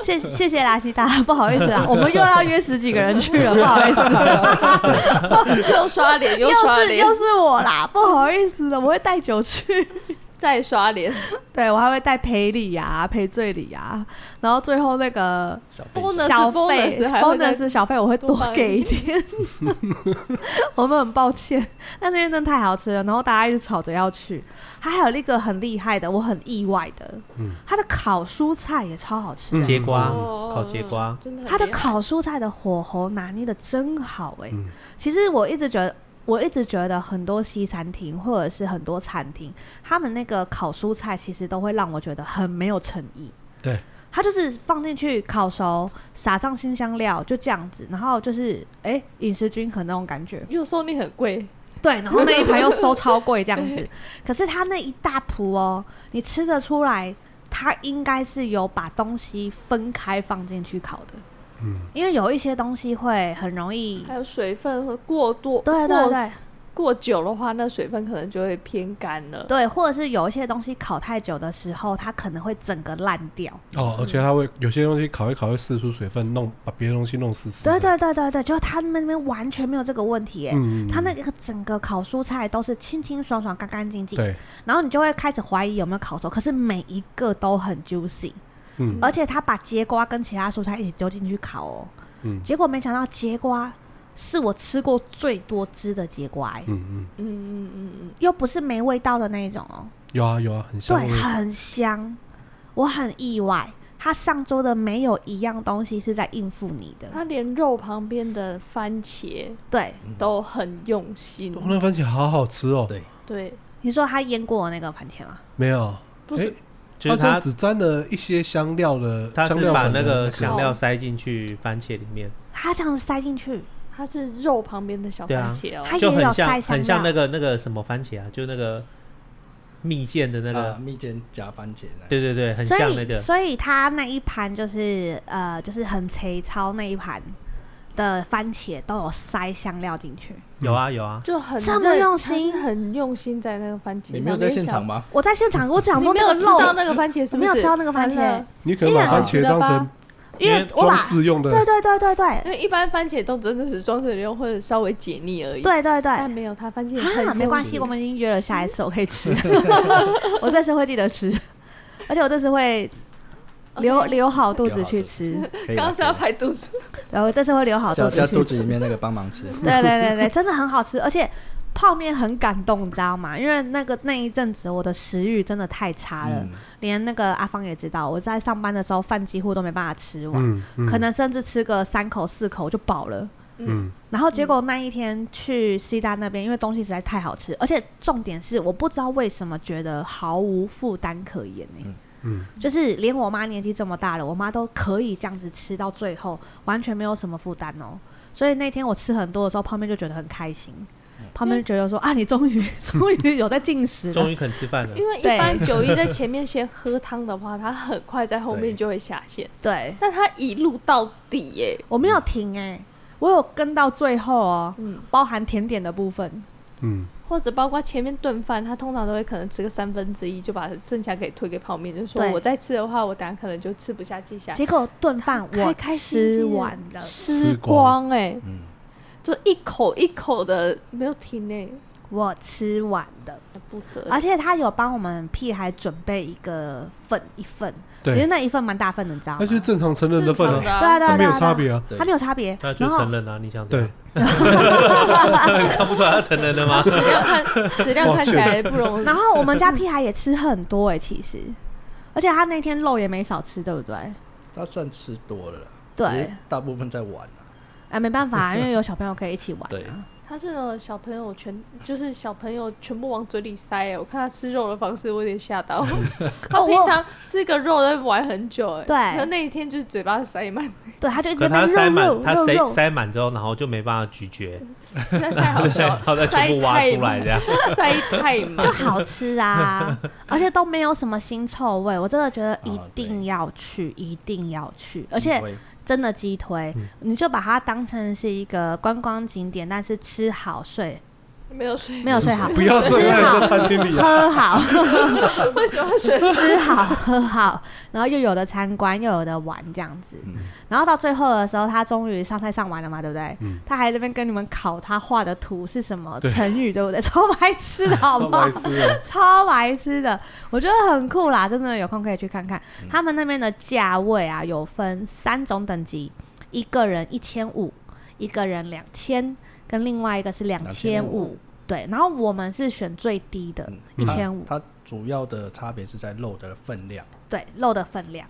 [SPEAKER 2] 谢谢谢拉西达，不好意思啊，我们又要约十几个人去了，不好意思，
[SPEAKER 1] [laughs] 又刷脸，又刷
[SPEAKER 2] 又是
[SPEAKER 1] 脸
[SPEAKER 2] 又，是我啦，不好意思了，我会带酒去， [laughs]
[SPEAKER 1] 再刷脸。
[SPEAKER 2] 对我还会带赔礼呀、赔罪礼呀，然后最后那个
[SPEAKER 4] 小飞
[SPEAKER 1] bonus
[SPEAKER 2] 小费
[SPEAKER 1] bonus 还会再
[SPEAKER 2] bonus 小费我会多
[SPEAKER 1] 多帮
[SPEAKER 2] 给一点， [laughs] 我们很抱歉，但是因为真的太好吃了，然后大家一直吵着要去，它还有一个很厉害的，我很意外的，
[SPEAKER 3] 嗯
[SPEAKER 2] 它的烤蔬菜也超好吃的。啊
[SPEAKER 5] 节瓜
[SPEAKER 1] 哦
[SPEAKER 5] 烤节瓜，
[SPEAKER 1] 真的很
[SPEAKER 2] 它的
[SPEAKER 1] 厉害
[SPEAKER 2] 烤蔬菜的火候拿捏的真好哎、
[SPEAKER 3] 嗯
[SPEAKER 2] 其实我一直觉得，我一直觉得很多西餐厅或者是很多餐厅，他们那个烤蔬菜其实都会让我觉得很没有诚意。
[SPEAKER 3] 对，
[SPEAKER 2] 它就是放进去烤熟，撒上新香料，就这样子，然后就是哎饮、食均衡那种感觉。
[SPEAKER 1] 又收你很贵，
[SPEAKER 2] 对，然后那一盘又收超贵这 [laughs] 样子。可是它那一大铺哦，你吃得出来，它应该是有把东西分开放进去烤的。
[SPEAKER 3] 嗯，
[SPEAKER 2] 因为有一些东西会很容易
[SPEAKER 1] 还，有水分和过多，
[SPEAKER 2] 嗯对对对
[SPEAKER 1] 过过久的话，那水分可能就会偏干了。
[SPEAKER 2] 对，或者是有一些东西烤太久的时候，它可能会整个烂掉。
[SPEAKER 3] 哦，而且它会有些东西烤一烤会释出水分，弄把别的东西弄湿湿。
[SPEAKER 2] 对，对对对对，就他们那边完全没有这个问题耶。
[SPEAKER 3] 嗯，
[SPEAKER 2] 它那个整个烤蔬菜都是清清爽爽、干干净净，
[SPEAKER 3] 对，
[SPEAKER 2] 然后你就会开始怀疑有没有烤熟。可是每一个都很 juicy，
[SPEAKER 3] 嗯
[SPEAKER 2] 而且他把节瓜跟其他蔬菜一起丢进去烤哦。
[SPEAKER 3] 嗯
[SPEAKER 2] 结果没想到节瓜是我吃过最多汁的节瓜耶，
[SPEAKER 3] 嗯嗯，
[SPEAKER 1] 嗯嗯嗯嗯，
[SPEAKER 2] 又不是没味道的那一种哦。
[SPEAKER 3] 有啊有啊，很香
[SPEAKER 2] 对，
[SPEAKER 3] 味。
[SPEAKER 2] 很香，我很意外，他上桌的没有一样东西是在应付你的。
[SPEAKER 1] 它连肉旁边的番茄
[SPEAKER 2] 对，
[SPEAKER 1] 都很用心
[SPEAKER 3] 哦。那番茄好好吃哦。
[SPEAKER 4] 对
[SPEAKER 1] 对，
[SPEAKER 2] 你说他腌过的那个番茄吗？
[SPEAKER 3] 没有，
[SPEAKER 1] 不是
[SPEAKER 3] 诶
[SPEAKER 5] 就是
[SPEAKER 3] 它
[SPEAKER 5] 它
[SPEAKER 3] 只沾了一些香料的，
[SPEAKER 5] 它
[SPEAKER 3] 香
[SPEAKER 5] 是
[SPEAKER 3] 料
[SPEAKER 5] 把
[SPEAKER 3] 粉
[SPEAKER 5] 那
[SPEAKER 3] 的
[SPEAKER 5] 个
[SPEAKER 3] 香
[SPEAKER 5] 香料塞进去番茄里面，
[SPEAKER 2] 它这样子塞进去，
[SPEAKER 1] 它是肉旁边的小
[SPEAKER 5] 对啊
[SPEAKER 1] 番茄哦，
[SPEAKER 2] 它
[SPEAKER 5] 就
[SPEAKER 2] 也
[SPEAKER 5] 很
[SPEAKER 2] 有
[SPEAKER 5] 像
[SPEAKER 2] 塞
[SPEAKER 5] 很
[SPEAKER 2] 香
[SPEAKER 5] 像那
[SPEAKER 2] 料。
[SPEAKER 5] 个那个什么番茄啊，就那个蜜饯的那
[SPEAKER 4] 那
[SPEAKER 5] 个
[SPEAKER 3] 啊
[SPEAKER 4] 个，啊蜜饯加番茄那个
[SPEAKER 5] 对对对，很
[SPEAKER 2] 所
[SPEAKER 5] 像那
[SPEAKER 2] 以，
[SPEAKER 5] 个。
[SPEAKER 2] 所以它那一盘就是呃，就是很肥超那一盘的番茄都有塞香料进去。
[SPEAKER 5] 有啊有啊，
[SPEAKER 1] 就很
[SPEAKER 2] 这么
[SPEAKER 1] 认
[SPEAKER 2] 用
[SPEAKER 1] 它是
[SPEAKER 2] 心
[SPEAKER 1] 很用心在那个番茄。
[SPEAKER 4] 你没有在现场？吗？
[SPEAKER 2] 我在现场，我只想
[SPEAKER 1] 你
[SPEAKER 2] 说
[SPEAKER 1] 没
[SPEAKER 2] 那
[SPEAKER 1] 有
[SPEAKER 2] 个
[SPEAKER 1] 吃
[SPEAKER 2] 肉，
[SPEAKER 1] 到那个番茄，是
[SPEAKER 2] 我没
[SPEAKER 1] 不是？
[SPEAKER 2] 有吃到那个番茄
[SPEAKER 1] 完了，，
[SPEAKER 3] 你可能把番茄当成
[SPEAKER 2] 因为我把
[SPEAKER 3] 装饰用的
[SPEAKER 2] 对对对对对
[SPEAKER 1] 因为一般番茄都真的是装饰用或者稍微解腻而已。，
[SPEAKER 2] 对对对
[SPEAKER 1] 但。没有它番茄很
[SPEAKER 2] 哎啊，没关系，
[SPEAKER 1] 用
[SPEAKER 2] 我
[SPEAKER 1] 心
[SPEAKER 2] 们已经约了下一次，我可以吃。
[SPEAKER 1] [laughs]
[SPEAKER 2] [laughs] 我这次会记得吃，而且我这次会留
[SPEAKER 1] OK
[SPEAKER 2] 留好肚
[SPEAKER 4] 留
[SPEAKER 2] 子
[SPEAKER 4] 好
[SPEAKER 2] 去
[SPEAKER 4] 肚子
[SPEAKER 2] 吃，
[SPEAKER 4] 可以
[SPEAKER 1] 刚
[SPEAKER 4] 吧
[SPEAKER 1] 刚是要
[SPEAKER 4] 可以啊
[SPEAKER 1] 排肚子，
[SPEAKER 2] 然后这次会留好肚
[SPEAKER 4] 叫叫
[SPEAKER 2] 子
[SPEAKER 4] 肚
[SPEAKER 2] 去
[SPEAKER 4] 子
[SPEAKER 2] 吃
[SPEAKER 4] 里。面那个帮忙吃。嗯
[SPEAKER 2] 对对对对，真的很好吃，而且泡面很感动，你知道吗？因为那个那一阵子我的食欲真的太差了，
[SPEAKER 4] 嗯
[SPEAKER 2] 连那个阿芳也知道，我在上班的时候饭几乎都没办法吃完，
[SPEAKER 3] 嗯，嗯
[SPEAKER 2] 可能甚至吃个三口四口就饱了。
[SPEAKER 3] 嗯
[SPEAKER 2] 然后结果那一天去西大那边，因为东西实在太好吃，而且重点是我不知道为什么觉得毫无负担可言呢、
[SPEAKER 3] 嗯，
[SPEAKER 2] 就是连我妈年纪这么大了，我妈都可以这样子吃到最后，完全没有什么负担哦。所以那天我吃很多的时候，旁边就觉得很开心，旁边就觉得说啊，你终于 [laughs] 终于有在进食了
[SPEAKER 5] 终。于肯吃饭
[SPEAKER 4] 啊
[SPEAKER 5] 了。
[SPEAKER 1] 因为一
[SPEAKER 2] 对
[SPEAKER 1] 般九一在前面先喝汤的话，它很快在后面
[SPEAKER 4] 对
[SPEAKER 1] 就会下线，
[SPEAKER 2] 对，
[SPEAKER 1] 但它一路到底耶、
[SPEAKER 2] 我没有停哎、我有跟到最后哦，
[SPEAKER 1] 嗯，
[SPEAKER 2] 包含甜点的部分。
[SPEAKER 3] 嗯，
[SPEAKER 1] 或者包括前面炖饭，他通常都会可能吃个三分之一，就把剩下给推给泡面，就说
[SPEAKER 2] 对
[SPEAKER 1] 我再吃的话，我等下可能就吃不下记下来。
[SPEAKER 2] 结果炖饭
[SPEAKER 1] 开
[SPEAKER 2] 我
[SPEAKER 1] 开心
[SPEAKER 2] 吃
[SPEAKER 1] 心地
[SPEAKER 2] 完了，
[SPEAKER 1] 吃
[SPEAKER 3] 吃光
[SPEAKER 1] 光哎、
[SPEAKER 4] 嗯，
[SPEAKER 1] 就一口一口的没有停哎、
[SPEAKER 2] 我吃完了。
[SPEAKER 1] 不得了
[SPEAKER 2] 而且他有帮我们屁孩准备一个份一份，其实
[SPEAKER 3] 对，
[SPEAKER 2] 那一份蛮大份的，你知道吗？
[SPEAKER 3] 那就是正常成人的份
[SPEAKER 1] 正常
[SPEAKER 3] 啊，
[SPEAKER 1] 的啊
[SPEAKER 2] 对啊对
[SPEAKER 3] 它
[SPEAKER 2] 啊，
[SPEAKER 3] 没有
[SPEAKER 2] 对啊
[SPEAKER 3] 差，别啊。
[SPEAKER 2] 对
[SPEAKER 4] 对
[SPEAKER 2] 啊它没有差别
[SPEAKER 5] 那。就
[SPEAKER 2] 然后
[SPEAKER 5] 成人了，啊你想怎
[SPEAKER 3] 对
[SPEAKER 5] 样， [laughs] 看不出来他成人
[SPEAKER 2] [laughs]
[SPEAKER 5] 了吗？
[SPEAKER 2] 啊
[SPEAKER 1] 食量看食量看起来不容易
[SPEAKER 2] 然，后我们家屁孩也吃很多哎、其实，而且他那天肉也没少吃，对不对？
[SPEAKER 4] 他算吃多了啦，
[SPEAKER 2] 对
[SPEAKER 4] 只是大部分在玩啊。
[SPEAKER 2] 啊，没办
[SPEAKER 5] [laughs]
[SPEAKER 2] 法、因为有小朋友可以一起玩、啊。
[SPEAKER 4] 对
[SPEAKER 1] 他是那种小朋友全就是小朋友全部往嘴里塞哎、我看他吃肉的方式，我有点吓到。他
[SPEAKER 2] 哦
[SPEAKER 1] 平
[SPEAKER 2] 我
[SPEAKER 1] 常吃个肉在玩很久哎、
[SPEAKER 2] 对
[SPEAKER 1] 可那一天就是嘴巴塞满，
[SPEAKER 2] 对，他就一
[SPEAKER 5] [laughs] 可
[SPEAKER 2] 直
[SPEAKER 5] 他
[SPEAKER 2] 在那
[SPEAKER 5] 塞
[SPEAKER 2] 边
[SPEAKER 5] 满
[SPEAKER 2] 肉，
[SPEAKER 5] 他
[SPEAKER 2] 肉
[SPEAKER 5] 塞
[SPEAKER 2] 肉肉，
[SPEAKER 5] 塞满之后，然后就没办法咀
[SPEAKER 2] [laughs]
[SPEAKER 5] 嚼，
[SPEAKER 1] 实在太好笑
[SPEAKER 5] 然 [laughs]
[SPEAKER 1] 了，
[SPEAKER 5] 后再全部挖
[SPEAKER 1] 塞太
[SPEAKER 5] 出来
[SPEAKER 1] 满
[SPEAKER 5] 这样。
[SPEAKER 1] 塞太满
[SPEAKER 2] 就。好
[SPEAKER 3] [laughs]
[SPEAKER 2] 吃啊，而且都没有什么腥臭味，我真的觉
[SPEAKER 3] 哦
[SPEAKER 2] 得一
[SPEAKER 4] 啊对
[SPEAKER 2] 定要去，一定要去，而且
[SPEAKER 4] 机会
[SPEAKER 2] 真的鸡腿，
[SPEAKER 3] 嗯
[SPEAKER 2] 你就把它当成是一个观光景点，但是吃好睡
[SPEAKER 1] 没有水， [laughs]
[SPEAKER 2] 没有睡好，
[SPEAKER 3] 嗯不要睡
[SPEAKER 2] 吃
[SPEAKER 3] 在
[SPEAKER 2] 好
[SPEAKER 3] 那个餐厅里啊，
[SPEAKER 2] 喝
[SPEAKER 3] [laughs]
[SPEAKER 2] 好
[SPEAKER 1] 为什么要水？
[SPEAKER 2] 吃好喝好，然后又有的参观又有的玩这样子，
[SPEAKER 3] 嗯
[SPEAKER 2] 然后到最后的时候，他终于上菜上完了嘛，对不对？
[SPEAKER 3] 嗯
[SPEAKER 2] 他还在那边跟你们考他画的图是什么
[SPEAKER 3] 对
[SPEAKER 2] 成语，对不对？ [laughs] 超白痴的
[SPEAKER 3] [laughs]
[SPEAKER 2] 好
[SPEAKER 3] 超
[SPEAKER 2] 不
[SPEAKER 3] 白
[SPEAKER 2] 好？
[SPEAKER 3] 痴啊。
[SPEAKER 2] 超白痴的，我觉得很酷啦，真的有空可以去看看。他们那边的价位啊，有分三种等级，一个人一千五，一个人两千，跟另外一个是两千五
[SPEAKER 4] 2500。
[SPEAKER 2] 对，然后我们是选最低的，
[SPEAKER 4] 嗯
[SPEAKER 2] 一千五，
[SPEAKER 4] 它它主要的差别是在肉的分量，
[SPEAKER 2] 对肉的分量。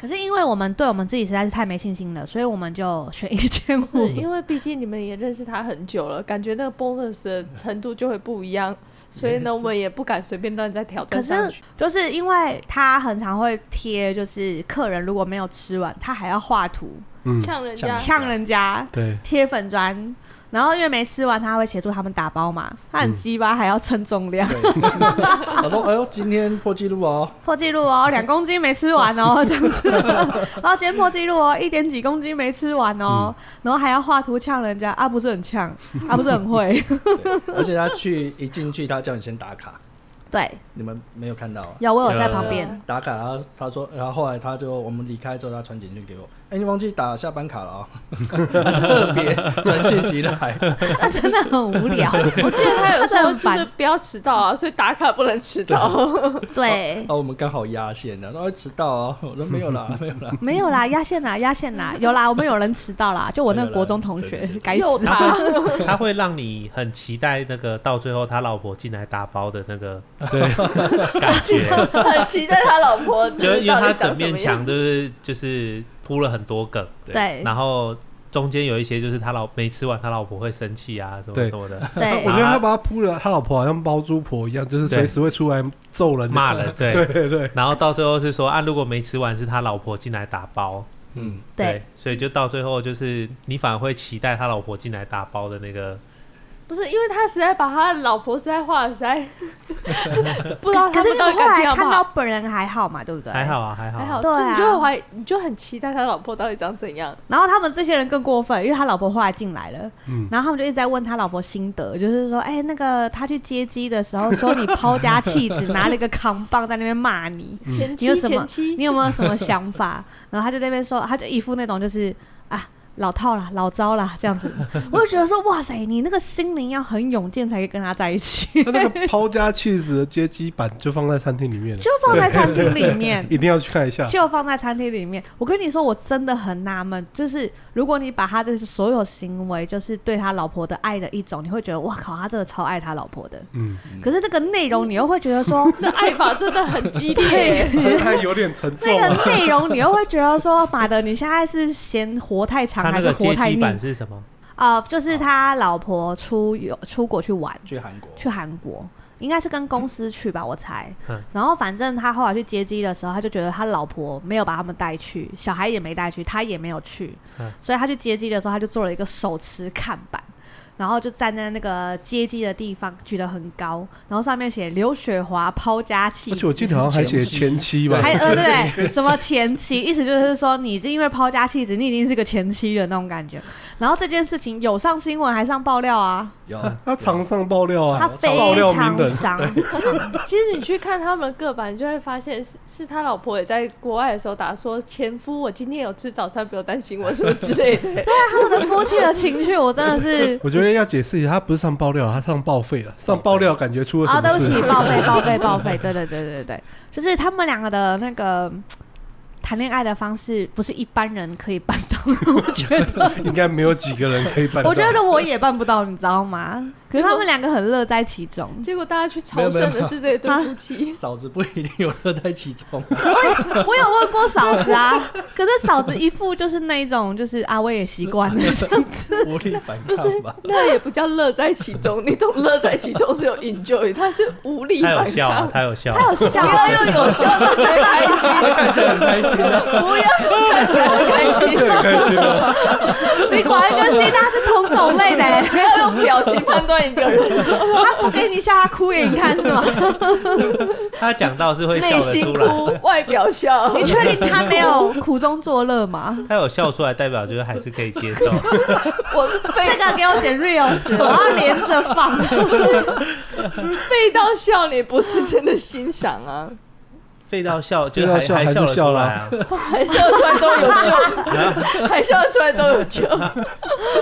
[SPEAKER 2] 可是因为我们对我们自己实在是太没信心了，所以我们就选一千
[SPEAKER 1] 是
[SPEAKER 2] 五。
[SPEAKER 1] 因为毕竟你们也认识他很久了，感觉那个 bonus 的程度就会不一样，所以呢，我们也不敢随便乱再挑
[SPEAKER 2] 可
[SPEAKER 1] 战
[SPEAKER 2] 是
[SPEAKER 1] 上去。
[SPEAKER 2] 就是因为他很常会贴，就是客人如果没有吃完，他还要画图
[SPEAKER 3] 嗯，
[SPEAKER 2] [laughs]
[SPEAKER 1] 呛人家
[SPEAKER 4] 呛，
[SPEAKER 2] 呛人家，
[SPEAKER 3] 对，
[SPEAKER 2] 贴粉砖，然后因为没吃完，他会协助他们打包嘛，他很鸡巴，还要称重量、 [laughs]
[SPEAKER 4] 想说哎呦今天破纪录哦，
[SPEAKER 2] 破纪录哦，两公斤没吃完哦，这样子，然后今天破纪录哦，一点几公斤没吃完哦，然后还要画图呛人家啊，不是很呛，啊不是很会，
[SPEAKER 4] 对而且他去一进去，他叫你先打卡，
[SPEAKER 2] 对，
[SPEAKER 4] 你们没有看到啊？
[SPEAKER 2] 有我有在
[SPEAKER 5] 有
[SPEAKER 2] 旁边，
[SPEAKER 4] 打卡，然后他说，然后后来他就我们离开之后，他传简讯给我，哎、你忘记打下班卡了啊、特别传讯息来，
[SPEAKER 2] [laughs] 那真的很无
[SPEAKER 1] [laughs]
[SPEAKER 2] 聊，
[SPEAKER 1] 呃我记得他
[SPEAKER 2] 他
[SPEAKER 1] 有说
[SPEAKER 2] 很
[SPEAKER 1] 就
[SPEAKER 2] 烦
[SPEAKER 1] 是不要迟到啊，所以打卡不能迟到。
[SPEAKER 2] 对
[SPEAKER 4] 哦然。后我们刚好压线了，然后迟到哦，我说没有啦，没有啦，
[SPEAKER 2] 没有啦，压线啦，压线
[SPEAKER 1] [laughs]
[SPEAKER 2] 啦，有啦，我们有人迟到啦，就我那个国中同
[SPEAKER 4] 有啦
[SPEAKER 2] 学
[SPEAKER 4] 对对，
[SPEAKER 2] 该死
[SPEAKER 1] 又他，
[SPEAKER 5] [laughs]
[SPEAKER 2] [laughs]
[SPEAKER 5] 他会让你很期待那个到最后他老婆进来打包的那个感觉，
[SPEAKER 2] [laughs]
[SPEAKER 1] 很期待他老婆
[SPEAKER 5] [laughs] 就
[SPEAKER 1] 就是是
[SPEAKER 5] 因为
[SPEAKER 1] 到
[SPEAKER 5] 他
[SPEAKER 1] 底
[SPEAKER 5] 整
[SPEAKER 1] 长什
[SPEAKER 5] 面
[SPEAKER 1] 么
[SPEAKER 5] 墙
[SPEAKER 1] 样。
[SPEAKER 5] 都是就是铺了很多梗，
[SPEAKER 2] 对
[SPEAKER 5] 然后中间有一些就是他老没吃完，他老婆会生气啊，什么
[SPEAKER 3] 对
[SPEAKER 5] 什么的，
[SPEAKER 2] 对
[SPEAKER 3] 我觉得他把他扑了，他老婆好像包租婆一样，就是随时会出来揍人、
[SPEAKER 5] 骂人。对，
[SPEAKER 3] 对对对，
[SPEAKER 5] 然后到最后是说啊，如果没吃完是他老婆进来打包，
[SPEAKER 4] 嗯，
[SPEAKER 2] 对，
[SPEAKER 5] 所以就到最后就是你反而会期待他老婆进来打包的那个，
[SPEAKER 1] 不是因为他实在把他的老婆实在画的
[SPEAKER 2] [laughs]
[SPEAKER 1] 实在不知道
[SPEAKER 2] 可
[SPEAKER 1] 啊他
[SPEAKER 2] 是
[SPEAKER 1] 们
[SPEAKER 2] 你
[SPEAKER 1] 到
[SPEAKER 2] 们后
[SPEAKER 1] 底感
[SPEAKER 2] 来
[SPEAKER 1] 情好不
[SPEAKER 2] 看到
[SPEAKER 1] 好。
[SPEAKER 2] 本人还好嘛，对不对？
[SPEAKER 5] 还。好啊，还好啊，
[SPEAKER 1] 还好，
[SPEAKER 2] 对啊
[SPEAKER 1] 就你就会怀疑，你就很期待他老婆到底长怎
[SPEAKER 5] 嗯
[SPEAKER 1] 样。
[SPEAKER 2] 然后他们这些人更过分，因为他老婆后来进来了，
[SPEAKER 3] 嗯，
[SPEAKER 2] 然后他们就一直在问他老婆心得，就是说，哎、那个他去接机的时候说你抛家弃子，拿了一个扛棒在那边骂你，
[SPEAKER 1] 前
[SPEAKER 2] 你有
[SPEAKER 1] 妻，
[SPEAKER 2] 什么
[SPEAKER 1] 前妻
[SPEAKER 2] 你，有没有什么想法？然后他就在那边说，他就一副那种就是啊老套啦、老招啦这样子，我就觉得说，哇塞，你那个心灵要很勇健才可以跟他在一起，
[SPEAKER 3] [laughs] 他那个抛家弃子的街机版就放在餐厅里面了
[SPEAKER 2] 就，放在餐厅里面。
[SPEAKER 3] 一定要去看一下。
[SPEAKER 5] 嗯
[SPEAKER 2] 就放在餐厅里面。我跟你说，我真的很纳闷，就是如果你把他这所有行为，就是对他老婆的爱的一种，你会觉得哇靠，他真的超爱他老婆的。
[SPEAKER 3] 嗯，
[SPEAKER 2] 可是那个内容，你又会觉得
[SPEAKER 5] 嗯
[SPEAKER 2] [laughs] 说，
[SPEAKER 1] 那爱法真的很
[SPEAKER 2] [laughs]
[SPEAKER 1] 激烈。
[SPEAKER 3] 他有点沉
[SPEAKER 2] 那
[SPEAKER 3] 重
[SPEAKER 2] [laughs]
[SPEAKER 3] 啊。
[SPEAKER 2] 个内容你又会觉得说，哦马的，你现在是嫌活太长
[SPEAKER 5] 他
[SPEAKER 2] 还
[SPEAKER 5] 那
[SPEAKER 2] 是
[SPEAKER 5] 个
[SPEAKER 2] 活
[SPEAKER 5] 街
[SPEAKER 2] 太
[SPEAKER 5] 机
[SPEAKER 2] 腻？
[SPEAKER 5] 版是什么？
[SPEAKER 2] 啊、就是他老婆出游出国去玩，
[SPEAKER 4] 去韩国，
[SPEAKER 2] 去韩国，应该是跟公司去吧，我猜。
[SPEAKER 5] 嗯
[SPEAKER 2] 然后反正他后来去接机的时候，他就觉得他老婆没有把他们带去，小孩也没带去，他也没有去，
[SPEAKER 5] 嗯
[SPEAKER 2] 所以他去接机的时候，他就做了一个手持看板。然后就站在那个接机的地方，举得很高，然后上面写刘雪华抛家弃
[SPEAKER 3] 而
[SPEAKER 2] 子，
[SPEAKER 3] 且我记得好像还写前妻吧，
[SPEAKER 2] [laughs] 还呃对对，什么前妻，意思就是说你已经因为抛家弃子，你已经是个前妻了那种感觉。然后这件事情有上新闻，还上爆料啊，
[SPEAKER 4] 有
[SPEAKER 3] 他常上爆料啊，
[SPEAKER 2] 他非
[SPEAKER 3] 爆料名
[SPEAKER 2] 常
[SPEAKER 3] 人
[SPEAKER 2] 伤。
[SPEAKER 1] 可是 [laughs] 其实你去看他们各版，你就会发现是是他老婆也在国外的时候打说前夫，我今天有吃早餐，不用担心我什么之类
[SPEAKER 2] [laughs]
[SPEAKER 1] 的。
[SPEAKER 2] 啊他们的夫妻的情绪，我真
[SPEAKER 3] [laughs]
[SPEAKER 2] 的是
[SPEAKER 3] 我觉得要解释一下，他不是上爆料，他上报废了。上爆料感觉出了
[SPEAKER 2] 啊，
[SPEAKER 3] 什
[SPEAKER 2] 对
[SPEAKER 3] 么
[SPEAKER 2] 不
[SPEAKER 3] 事？
[SPEAKER 2] 起，报废，报废，报废， [laughs] 对对对对对对，就是他们两个的那个嗯谈恋爱的方式，不是一般人可以办到的。我觉得，
[SPEAKER 3] 应该没有几个人可以办到。
[SPEAKER 2] 我觉得我也办不到，你知道吗？可是
[SPEAKER 1] 结果
[SPEAKER 2] 他们两个很乐在其中。
[SPEAKER 1] 结果大家去朝圣的是这对
[SPEAKER 2] 啊
[SPEAKER 1] 夫妻，
[SPEAKER 4] 嫂子不一定有乐在其中、
[SPEAKER 2] 我有问过嫂子啊， [laughs] 可是嫂子一副就是那一种，就是啊，我也习惯
[SPEAKER 3] [laughs]
[SPEAKER 2] 了这样子。
[SPEAKER 4] 无力反
[SPEAKER 1] 不是
[SPEAKER 4] 抗吧？
[SPEAKER 1] 那也不叫乐在其中，你懂乐在其中是有 enjoy，他是无力
[SPEAKER 5] 他有
[SPEAKER 1] 反
[SPEAKER 5] 笑啊
[SPEAKER 1] 抗，。
[SPEAKER 5] 他有笑啊，
[SPEAKER 2] 他有笑
[SPEAKER 1] 不
[SPEAKER 2] 啊，
[SPEAKER 1] 要又有笑，他觉得开心，
[SPEAKER 4] 看起来很开心啊，
[SPEAKER 1] 不要看起来很开心，
[SPEAKER 3] 很开心啊，
[SPEAKER 2] 你果然跟谢娜是同种类的、欸
[SPEAKER 1] 不要用表情判断一个人。
[SPEAKER 2] 他不给你笑，他哭给你看是 [laughs] 吗？
[SPEAKER 5] 他讲到是会笑
[SPEAKER 1] 内
[SPEAKER 5] 得
[SPEAKER 1] 心
[SPEAKER 5] 出来，
[SPEAKER 1] 哭，外表笑。
[SPEAKER 2] 你确定他没有苦中作乐吗？
[SPEAKER 5] 他有笑出来，代表就是还是可以
[SPEAKER 2] [laughs]
[SPEAKER 5] 接受。
[SPEAKER 1] 我非
[SPEAKER 2] 这个给我剪 real [laughs] 死，我要连着放。
[SPEAKER 1] 背到笑，你不是真的欣赏啊，
[SPEAKER 5] 废到笑，就是
[SPEAKER 3] [laughs] 废到笑
[SPEAKER 5] 还还
[SPEAKER 3] 还是
[SPEAKER 5] 笑得
[SPEAKER 3] 笑
[SPEAKER 5] 出
[SPEAKER 3] 啦
[SPEAKER 5] 来啊，
[SPEAKER 1] 还笑出来都有救，还笑出来都有救。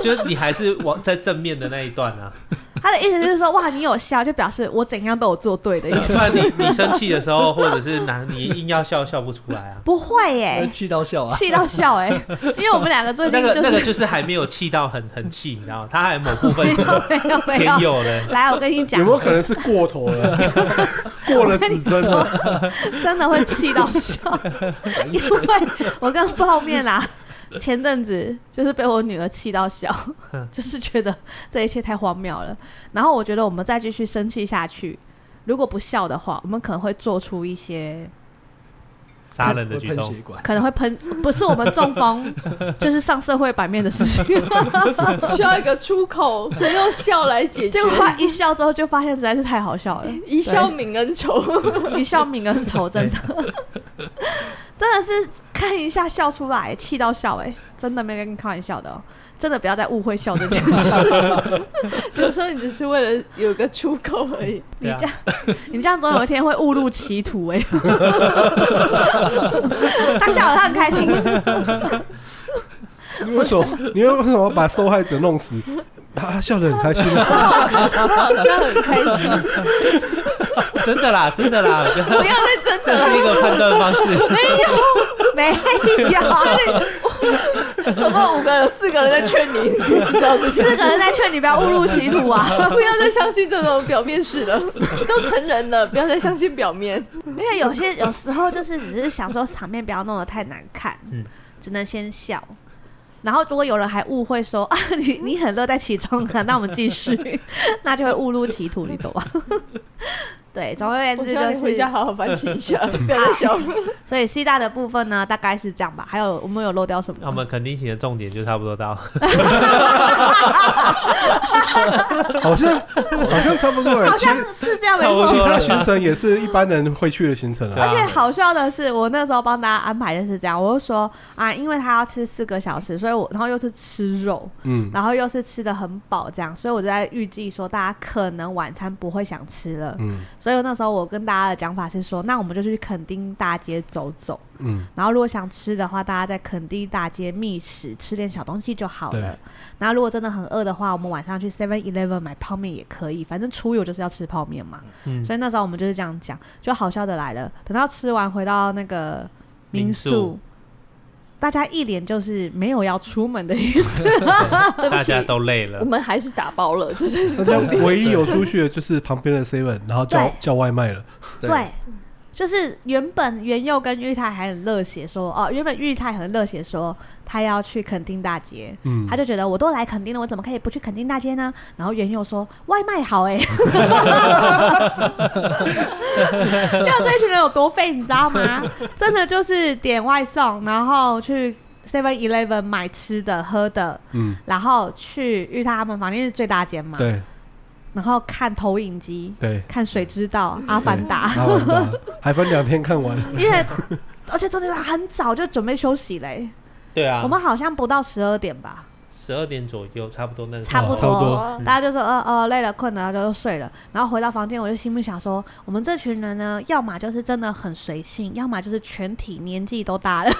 [SPEAKER 5] 就是你还是往在正面的那一段啊。
[SPEAKER 2] [laughs] 他的意思是说，哇，你有笑，就表示我怎样都有做对的意
[SPEAKER 5] 不
[SPEAKER 2] 思。
[SPEAKER 5] 然你你生气的时候，或者是拿你硬要笑笑不出来啊。
[SPEAKER 2] 不会耶、
[SPEAKER 4] 气到笑啊！
[SPEAKER 2] 哎 [laughs] 气到笑哎、因为我们两个最
[SPEAKER 5] 那
[SPEAKER 2] 近
[SPEAKER 5] 个
[SPEAKER 2] 就
[SPEAKER 5] 那个
[SPEAKER 2] 是
[SPEAKER 5] 就是还没有气到很很气，你知道吗？他还某部分是
[SPEAKER 2] [laughs] 没有没
[SPEAKER 5] 偏
[SPEAKER 2] 有。
[SPEAKER 5] 有的，
[SPEAKER 2] 来，我跟你讲，
[SPEAKER 3] 有没有可能是过头了？过了指针了？
[SPEAKER 2] 真的会气到 [laughs] 笑？因为我跟泡面啦、前阵子就是被我女儿气到 [laughs] 笑，就是觉得这一切太荒谬了。然后我觉得我们再继续生气下去，如果不笑的话，我们可能会做出一些
[SPEAKER 5] 杀人的举
[SPEAKER 4] 喷
[SPEAKER 5] 动
[SPEAKER 4] 血。管，
[SPEAKER 2] 可能会喷，不是我们中风，就是上社会版面的事
[SPEAKER 5] [laughs]
[SPEAKER 2] 情。
[SPEAKER 1] 需要一个出口，所以用笑来解决
[SPEAKER 2] 结。果他一笑之后，就发现实在是太好笑了，
[SPEAKER 1] 一笑泯恩仇，
[SPEAKER 2] 一笑泯恩仇，真
[SPEAKER 5] [laughs]
[SPEAKER 2] 的，真的是看一下笑出来，气到笑、哎，真的没有跟你开玩笑的、哦，真的不要再误会笑这件事。
[SPEAKER 1] 有时候你只是为了有个出口而已。
[SPEAKER 2] 你
[SPEAKER 5] [laughs] 对啊
[SPEAKER 2] 这样，你这样总有一天会误入歧途、
[SPEAKER 5] [laughs]
[SPEAKER 2] 哎，他笑了，他很开心。
[SPEAKER 3] 你为什么？你为什么把受害者弄死？他笑得很开心啊！
[SPEAKER 1] 他好像很开心，
[SPEAKER 5] 真的啦，真
[SPEAKER 2] [laughs]
[SPEAKER 5] 的啦，
[SPEAKER 1] 不要再真的
[SPEAKER 5] 这
[SPEAKER 1] 了
[SPEAKER 5] 是一个判断方式。
[SPEAKER 1] 没有，
[SPEAKER 2] 没
[SPEAKER 5] [laughs]
[SPEAKER 2] 有，
[SPEAKER 1] 总共五个人，有四个人在劝你，你可以知道这
[SPEAKER 2] 四
[SPEAKER 1] 是。
[SPEAKER 2] 个人在劝你不要误入歧途啊。
[SPEAKER 1] 不要再相信这种表面式了，都成人了，不要再相信表面。
[SPEAKER 2] 因为有些 [laughs] 有时候就是只是想说场面不要弄得太难看，
[SPEAKER 5] 嗯
[SPEAKER 2] 只能先笑。然后如果有人还误会说 [laughs] 啊，你你很乐在其中啊，那我们继续，那就会误入歧途，你懂吗？ [laughs] 对，总而言
[SPEAKER 1] 我
[SPEAKER 2] 之
[SPEAKER 1] 希望你
[SPEAKER 2] 就
[SPEAKER 1] 回家
[SPEAKER 2] 是，
[SPEAKER 1] 好好反省一下，不要再笑了。
[SPEAKER 2] 所以西大的部分呢，大概是这样吧。还有我们有漏掉什么
[SPEAKER 5] 那我
[SPEAKER 2] 吗？
[SPEAKER 5] 们肯定型的重点就差不多到，
[SPEAKER 3] [laughs] 好像好像差不多哎，
[SPEAKER 2] [laughs] 好
[SPEAKER 3] 其
[SPEAKER 2] 像
[SPEAKER 3] 实
[SPEAKER 2] 是这样没
[SPEAKER 5] 差不
[SPEAKER 3] 其。
[SPEAKER 2] 错
[SPEAKER 5] 多
[SPEAKER 3] 他
[SPEAKER 5] 了
[SPEAKER 3] 行程也是一般人会去的行程
[SPEAKER 5] 对
[SPEAKER 3] 啊
[SPEAKER 5] 啊。
[SPEAKER 2] 而且好笑的是，我那时候帮大家安排的是这样，我就说啊，因为他要吃四个小时，所以我然后又是吃肉，
[SPEAKER 3] 嗯，
[SPEAKER 2] 然后又是吃的很饱这样，所以我就在预计说大家可能晚餐不会想吃了，
[SPEAKER 3] 嗯
[SPEAKER 2] 所以那时候我跟大家的讲法是说，那我们就去垦丁大街走走，
[SPEAKER 3] 嗯，
[SPEAKER 2] 然后如果想吃的话，大家在垦丁大街觅食，吃点小东西就好了
[SPEAKER 3] 对。
[SPEAKER 2] 然后如果真的很饿的话，我们晚上去 Seven Eleven 买泡面也可以，反正出游就是要吃泡面嘛。
[SPEAKER 5] 嗯
[SPEAKER 2] 所以那时候我们就是这样讲，就好笑的来了。等到吃完回到那个民
[SPEAKER 5] 民
[SPEAKER 2] 宿，
[SPEAKER 5] 宿
[SPEAKER 2] 大家一脸就是没有要出门的意思。
[SPEAKER 1] 对不
[SPEAKER 5] 大
[SPEAKER 1] 起
[SPEAKER 5] 家，都累
[SPEAKER 1] 我
[SPEAKER 5] 了，
[SPEAKER 1] 们还是打包了，这是
[SPEAKER 3] 大家唯一有出去的就是旁边的 seven，然后叫
[SPEAKER 2] 对
[SPEAKER 3] 叫外卖了。
[SPEAKER 2] 对，就是原本元佑跟玉泰还很热血说，哦，原本玉泰很热血说他要去垦丁大街，
[SPEAKER 3] 嗯
[SPEAKER 2] 他，就觉得我都来垦丁了，我怎么可以不去垦丁大街呢？然后元佑说外卖好
[SPEAKER 3] [laughs]
[SPEAKER 2] 哎、欸，就这一群人有多废，你知道吗？真的就是点外送，然后去 Seven Eleven 买吃的喝的，
[SPEAKER 3] 嗯，
[SPEAKER 2] 然后去玉泰他们房间是最大间嘛，
[SPEAKER 3] 对
[SPEAKER 2] 然后看投影机，
[SPEAKER 3] 对，
[SPEAKER 2] 看水之道、阿凡达。
[SPEAKER 3] 然后
[SPEAKER 2] [laughs]
[SPEAKER 3] 还分两天看完。
[SPEAKER 2] 因为而且重点是很早就准备休息嘞、
[SPEAKER 5] 对啊，
[SPEAKER 2] 我们好像不到十二点吧，
[SPEAKER 5] 十二点左右差不多那个时
[SPEAKER 2] 差
[SPEAKER 5] 候，
[SPEAKER 2] 不
[SPEAKER 3] 差不
[SPEAKER 2] 多。
[SPEAKER 3] 多
[SPEAKER 1] 哦
[SPEAKER 2] 大家就说呃呃累了困了，然后就睡了。然后回到房间，我就心里想说，我们这群人呢，要么就是真的很随性，要么就是全体年纪都大了。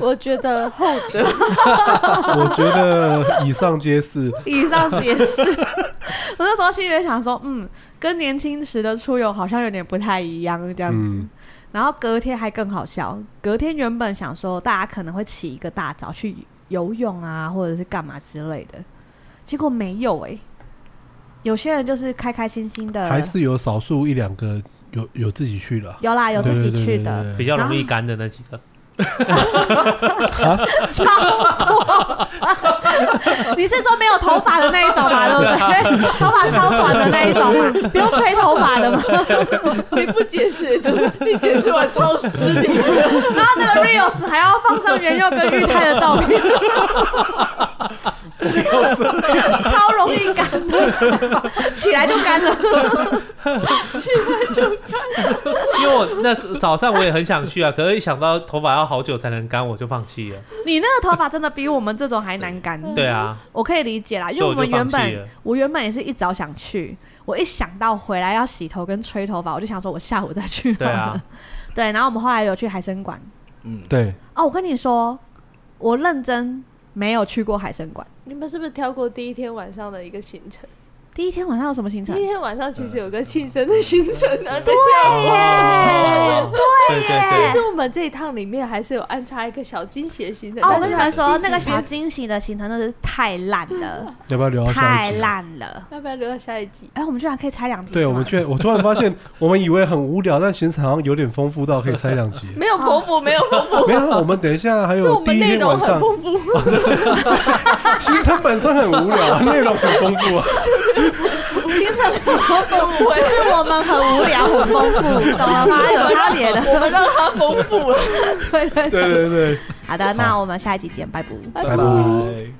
[SPEAKER 1] 我觉得后者
[SPEAKER 3] 我觉得以上皆
[SPEAKER 2] [laughs]
[SPEAKER 3] 是。
[SPEAKER 2] 以上解释。 [laughs] 我那时候心里面想说，嗯，跟年轻时的出游好像有点不太一样这样子。
[SPEAKER 3] 嗯
[SPEAKER 2] 然后隔天还更好笑，隔天原本想说大家可能会起一个大早去游泳啊，或者是干嘛之类的，结果没有哎、有些人就是开开心心的，
[SPEAKER 3] 还是有少数一两个有有自己去了，
[SPEAKER 2] 有啦，有自己
[SPEAKER 3] 对
[SPEAKER 2] 去的，，
[SPEAKER 3] 对对对
[SPEAKER 5] 比较容易干的那几个，
[SPEAKER 2] 超过分你是说没有头发的那一种嘛？对不
[SPEAKER 3] [laughs]
[SPEAKER 2] 对？头发超短的那一种嘛？不用吹头发的吗？
[SPEAKER 1] 你不解释，就是你解释完超失礼的。
[SPEAKER 2] 然后那个 Rios 还要放上元佑跟玉泰的照
[SPEAKER 5] [laughs]
[SPEAKER 2] 片，超容易干的，起来就干
[SPEAKER 5] [laughs]
[SPEAKER 2] 了。
[SPEAKER 5] 因为我那时早上我也很想去啊，可是一想到头发要好久才能干，我就放弃了。
[SPEAKER 2] 你那个头发真的比我们这种还难干，
[SPEAKER 5] 对啊，
[SPEAKER 2] 我可以理解啦，因为
[SPEAKER 5] 所以
[SPEAKER 2] 我
[SPEAKER 5] 我
[SPEAKER 2] 们
[SPEAKER 5] 就
[SPEAKER 2] 原
[SPEAKER 5] 放弃
[SPEAKER 2] 本
[SPEAKER 5] 了
[SPEAKER 2] 我原本也是一早想去，我一想到回来要洗头跟吹头发，我就想说我下午再去。
[SPEAKER 5] 对啊，
[SPEAKER 2] 对，然后我们后来有去海参馆。
[SPEAKER 4] 嗯，
[SPEAKER 3] 对，
[SPEAKER 2] 哦，我跟你说，我认真没有去过海参馆。
[SPEAKER 1] 你们是不是挑过第一天晚上的一个行程？
[SPEAKER 2] 第一天晚上有什么行
[SPEAKER 1] 第
[SPEAKER 2] 程？
[SPEAKER 1] 一天晚上其实有个庆生的行程啊，对。
[SPEAKER 5] 哦对
[SPEAKER 2] 耶
[SPEAKER 5] 对
[SPEAKER 1] 其实我们这一趟里面还是有安插一个小惊喜的行程，
[SPEAKER 2] 哦，我
[SPEAKER 1] 但
[SPEAKER 2] 跟
[SPEAKER 1] 是
[SPEAKER 2] 你
[SPEAKER 1] 它
[SPEAKER 2] 们说，
[SPEAKER 1] 惊喜
[SPEAKER 2] 那个小
[SPEAKER 1] 边
[SPEAKER 2] 惊喜的行程真的是太烂 [laughs] 了，
[SPEAKER 3] 要不要聊到下
[SPEAKER 2] 太
[SPEAKER 3] 一集？啊
[SPEAKER 2] 烂了。
[SPEAKER 1] 要不要留到下一集？
[SPEAKER 2] 哎，我们居然可以拆两集是吗，
[SPEAKER 3] 对，我们
[SPEAKER 2] [laughs]
[SPEAKER 3] 居然，我突然发现，我们以为很无聊，但行程好像有点丰富到可以拆两集。
[SPEAKER 1] 没有佛母，没有佛母，
[SPEAKER 3] [laughs] 没有，我们等一下还
[SPEAKER 1] 是我
[SPEAKER 3] 有哎第
[SPEAKER 1] 们
[SPEAKER 3] 一
[SPEAKER 1] 内
[SPEAKER 3] 天
[SPEAKER 1] 容
[SPEAKER 3] 晚
[SPEAKER 1] 很
[SPEAKER 3] 上，
[SPEAKER 1] 丰富。
[SPEAKER 3] 行程本身很无聊，内容很丰富啊。
[SPEAKER 2] 行程很丰
[SPEAKER 1] [laughs] 不
[SPEAKER 2] 富，
[SPEAKER 1] 会
[SPEAKER 2] 是我们很无聊，很丰富， [laughs] 懂了吗？有差别的。
[SPEAKER 1] 我们让它丰富了。
[SPEAKER 2] 对对对。
[SPEAKER 3] 对对对，
[SPEAKER 2] 好的，那我们下一集见，拜拜。
[SPEAKER 3] 拜
[SPEAKER 1] 拜
[SPEAKER 3] 拜。
[SPEAKER 1] 拜。
[SPEAKER 4] 对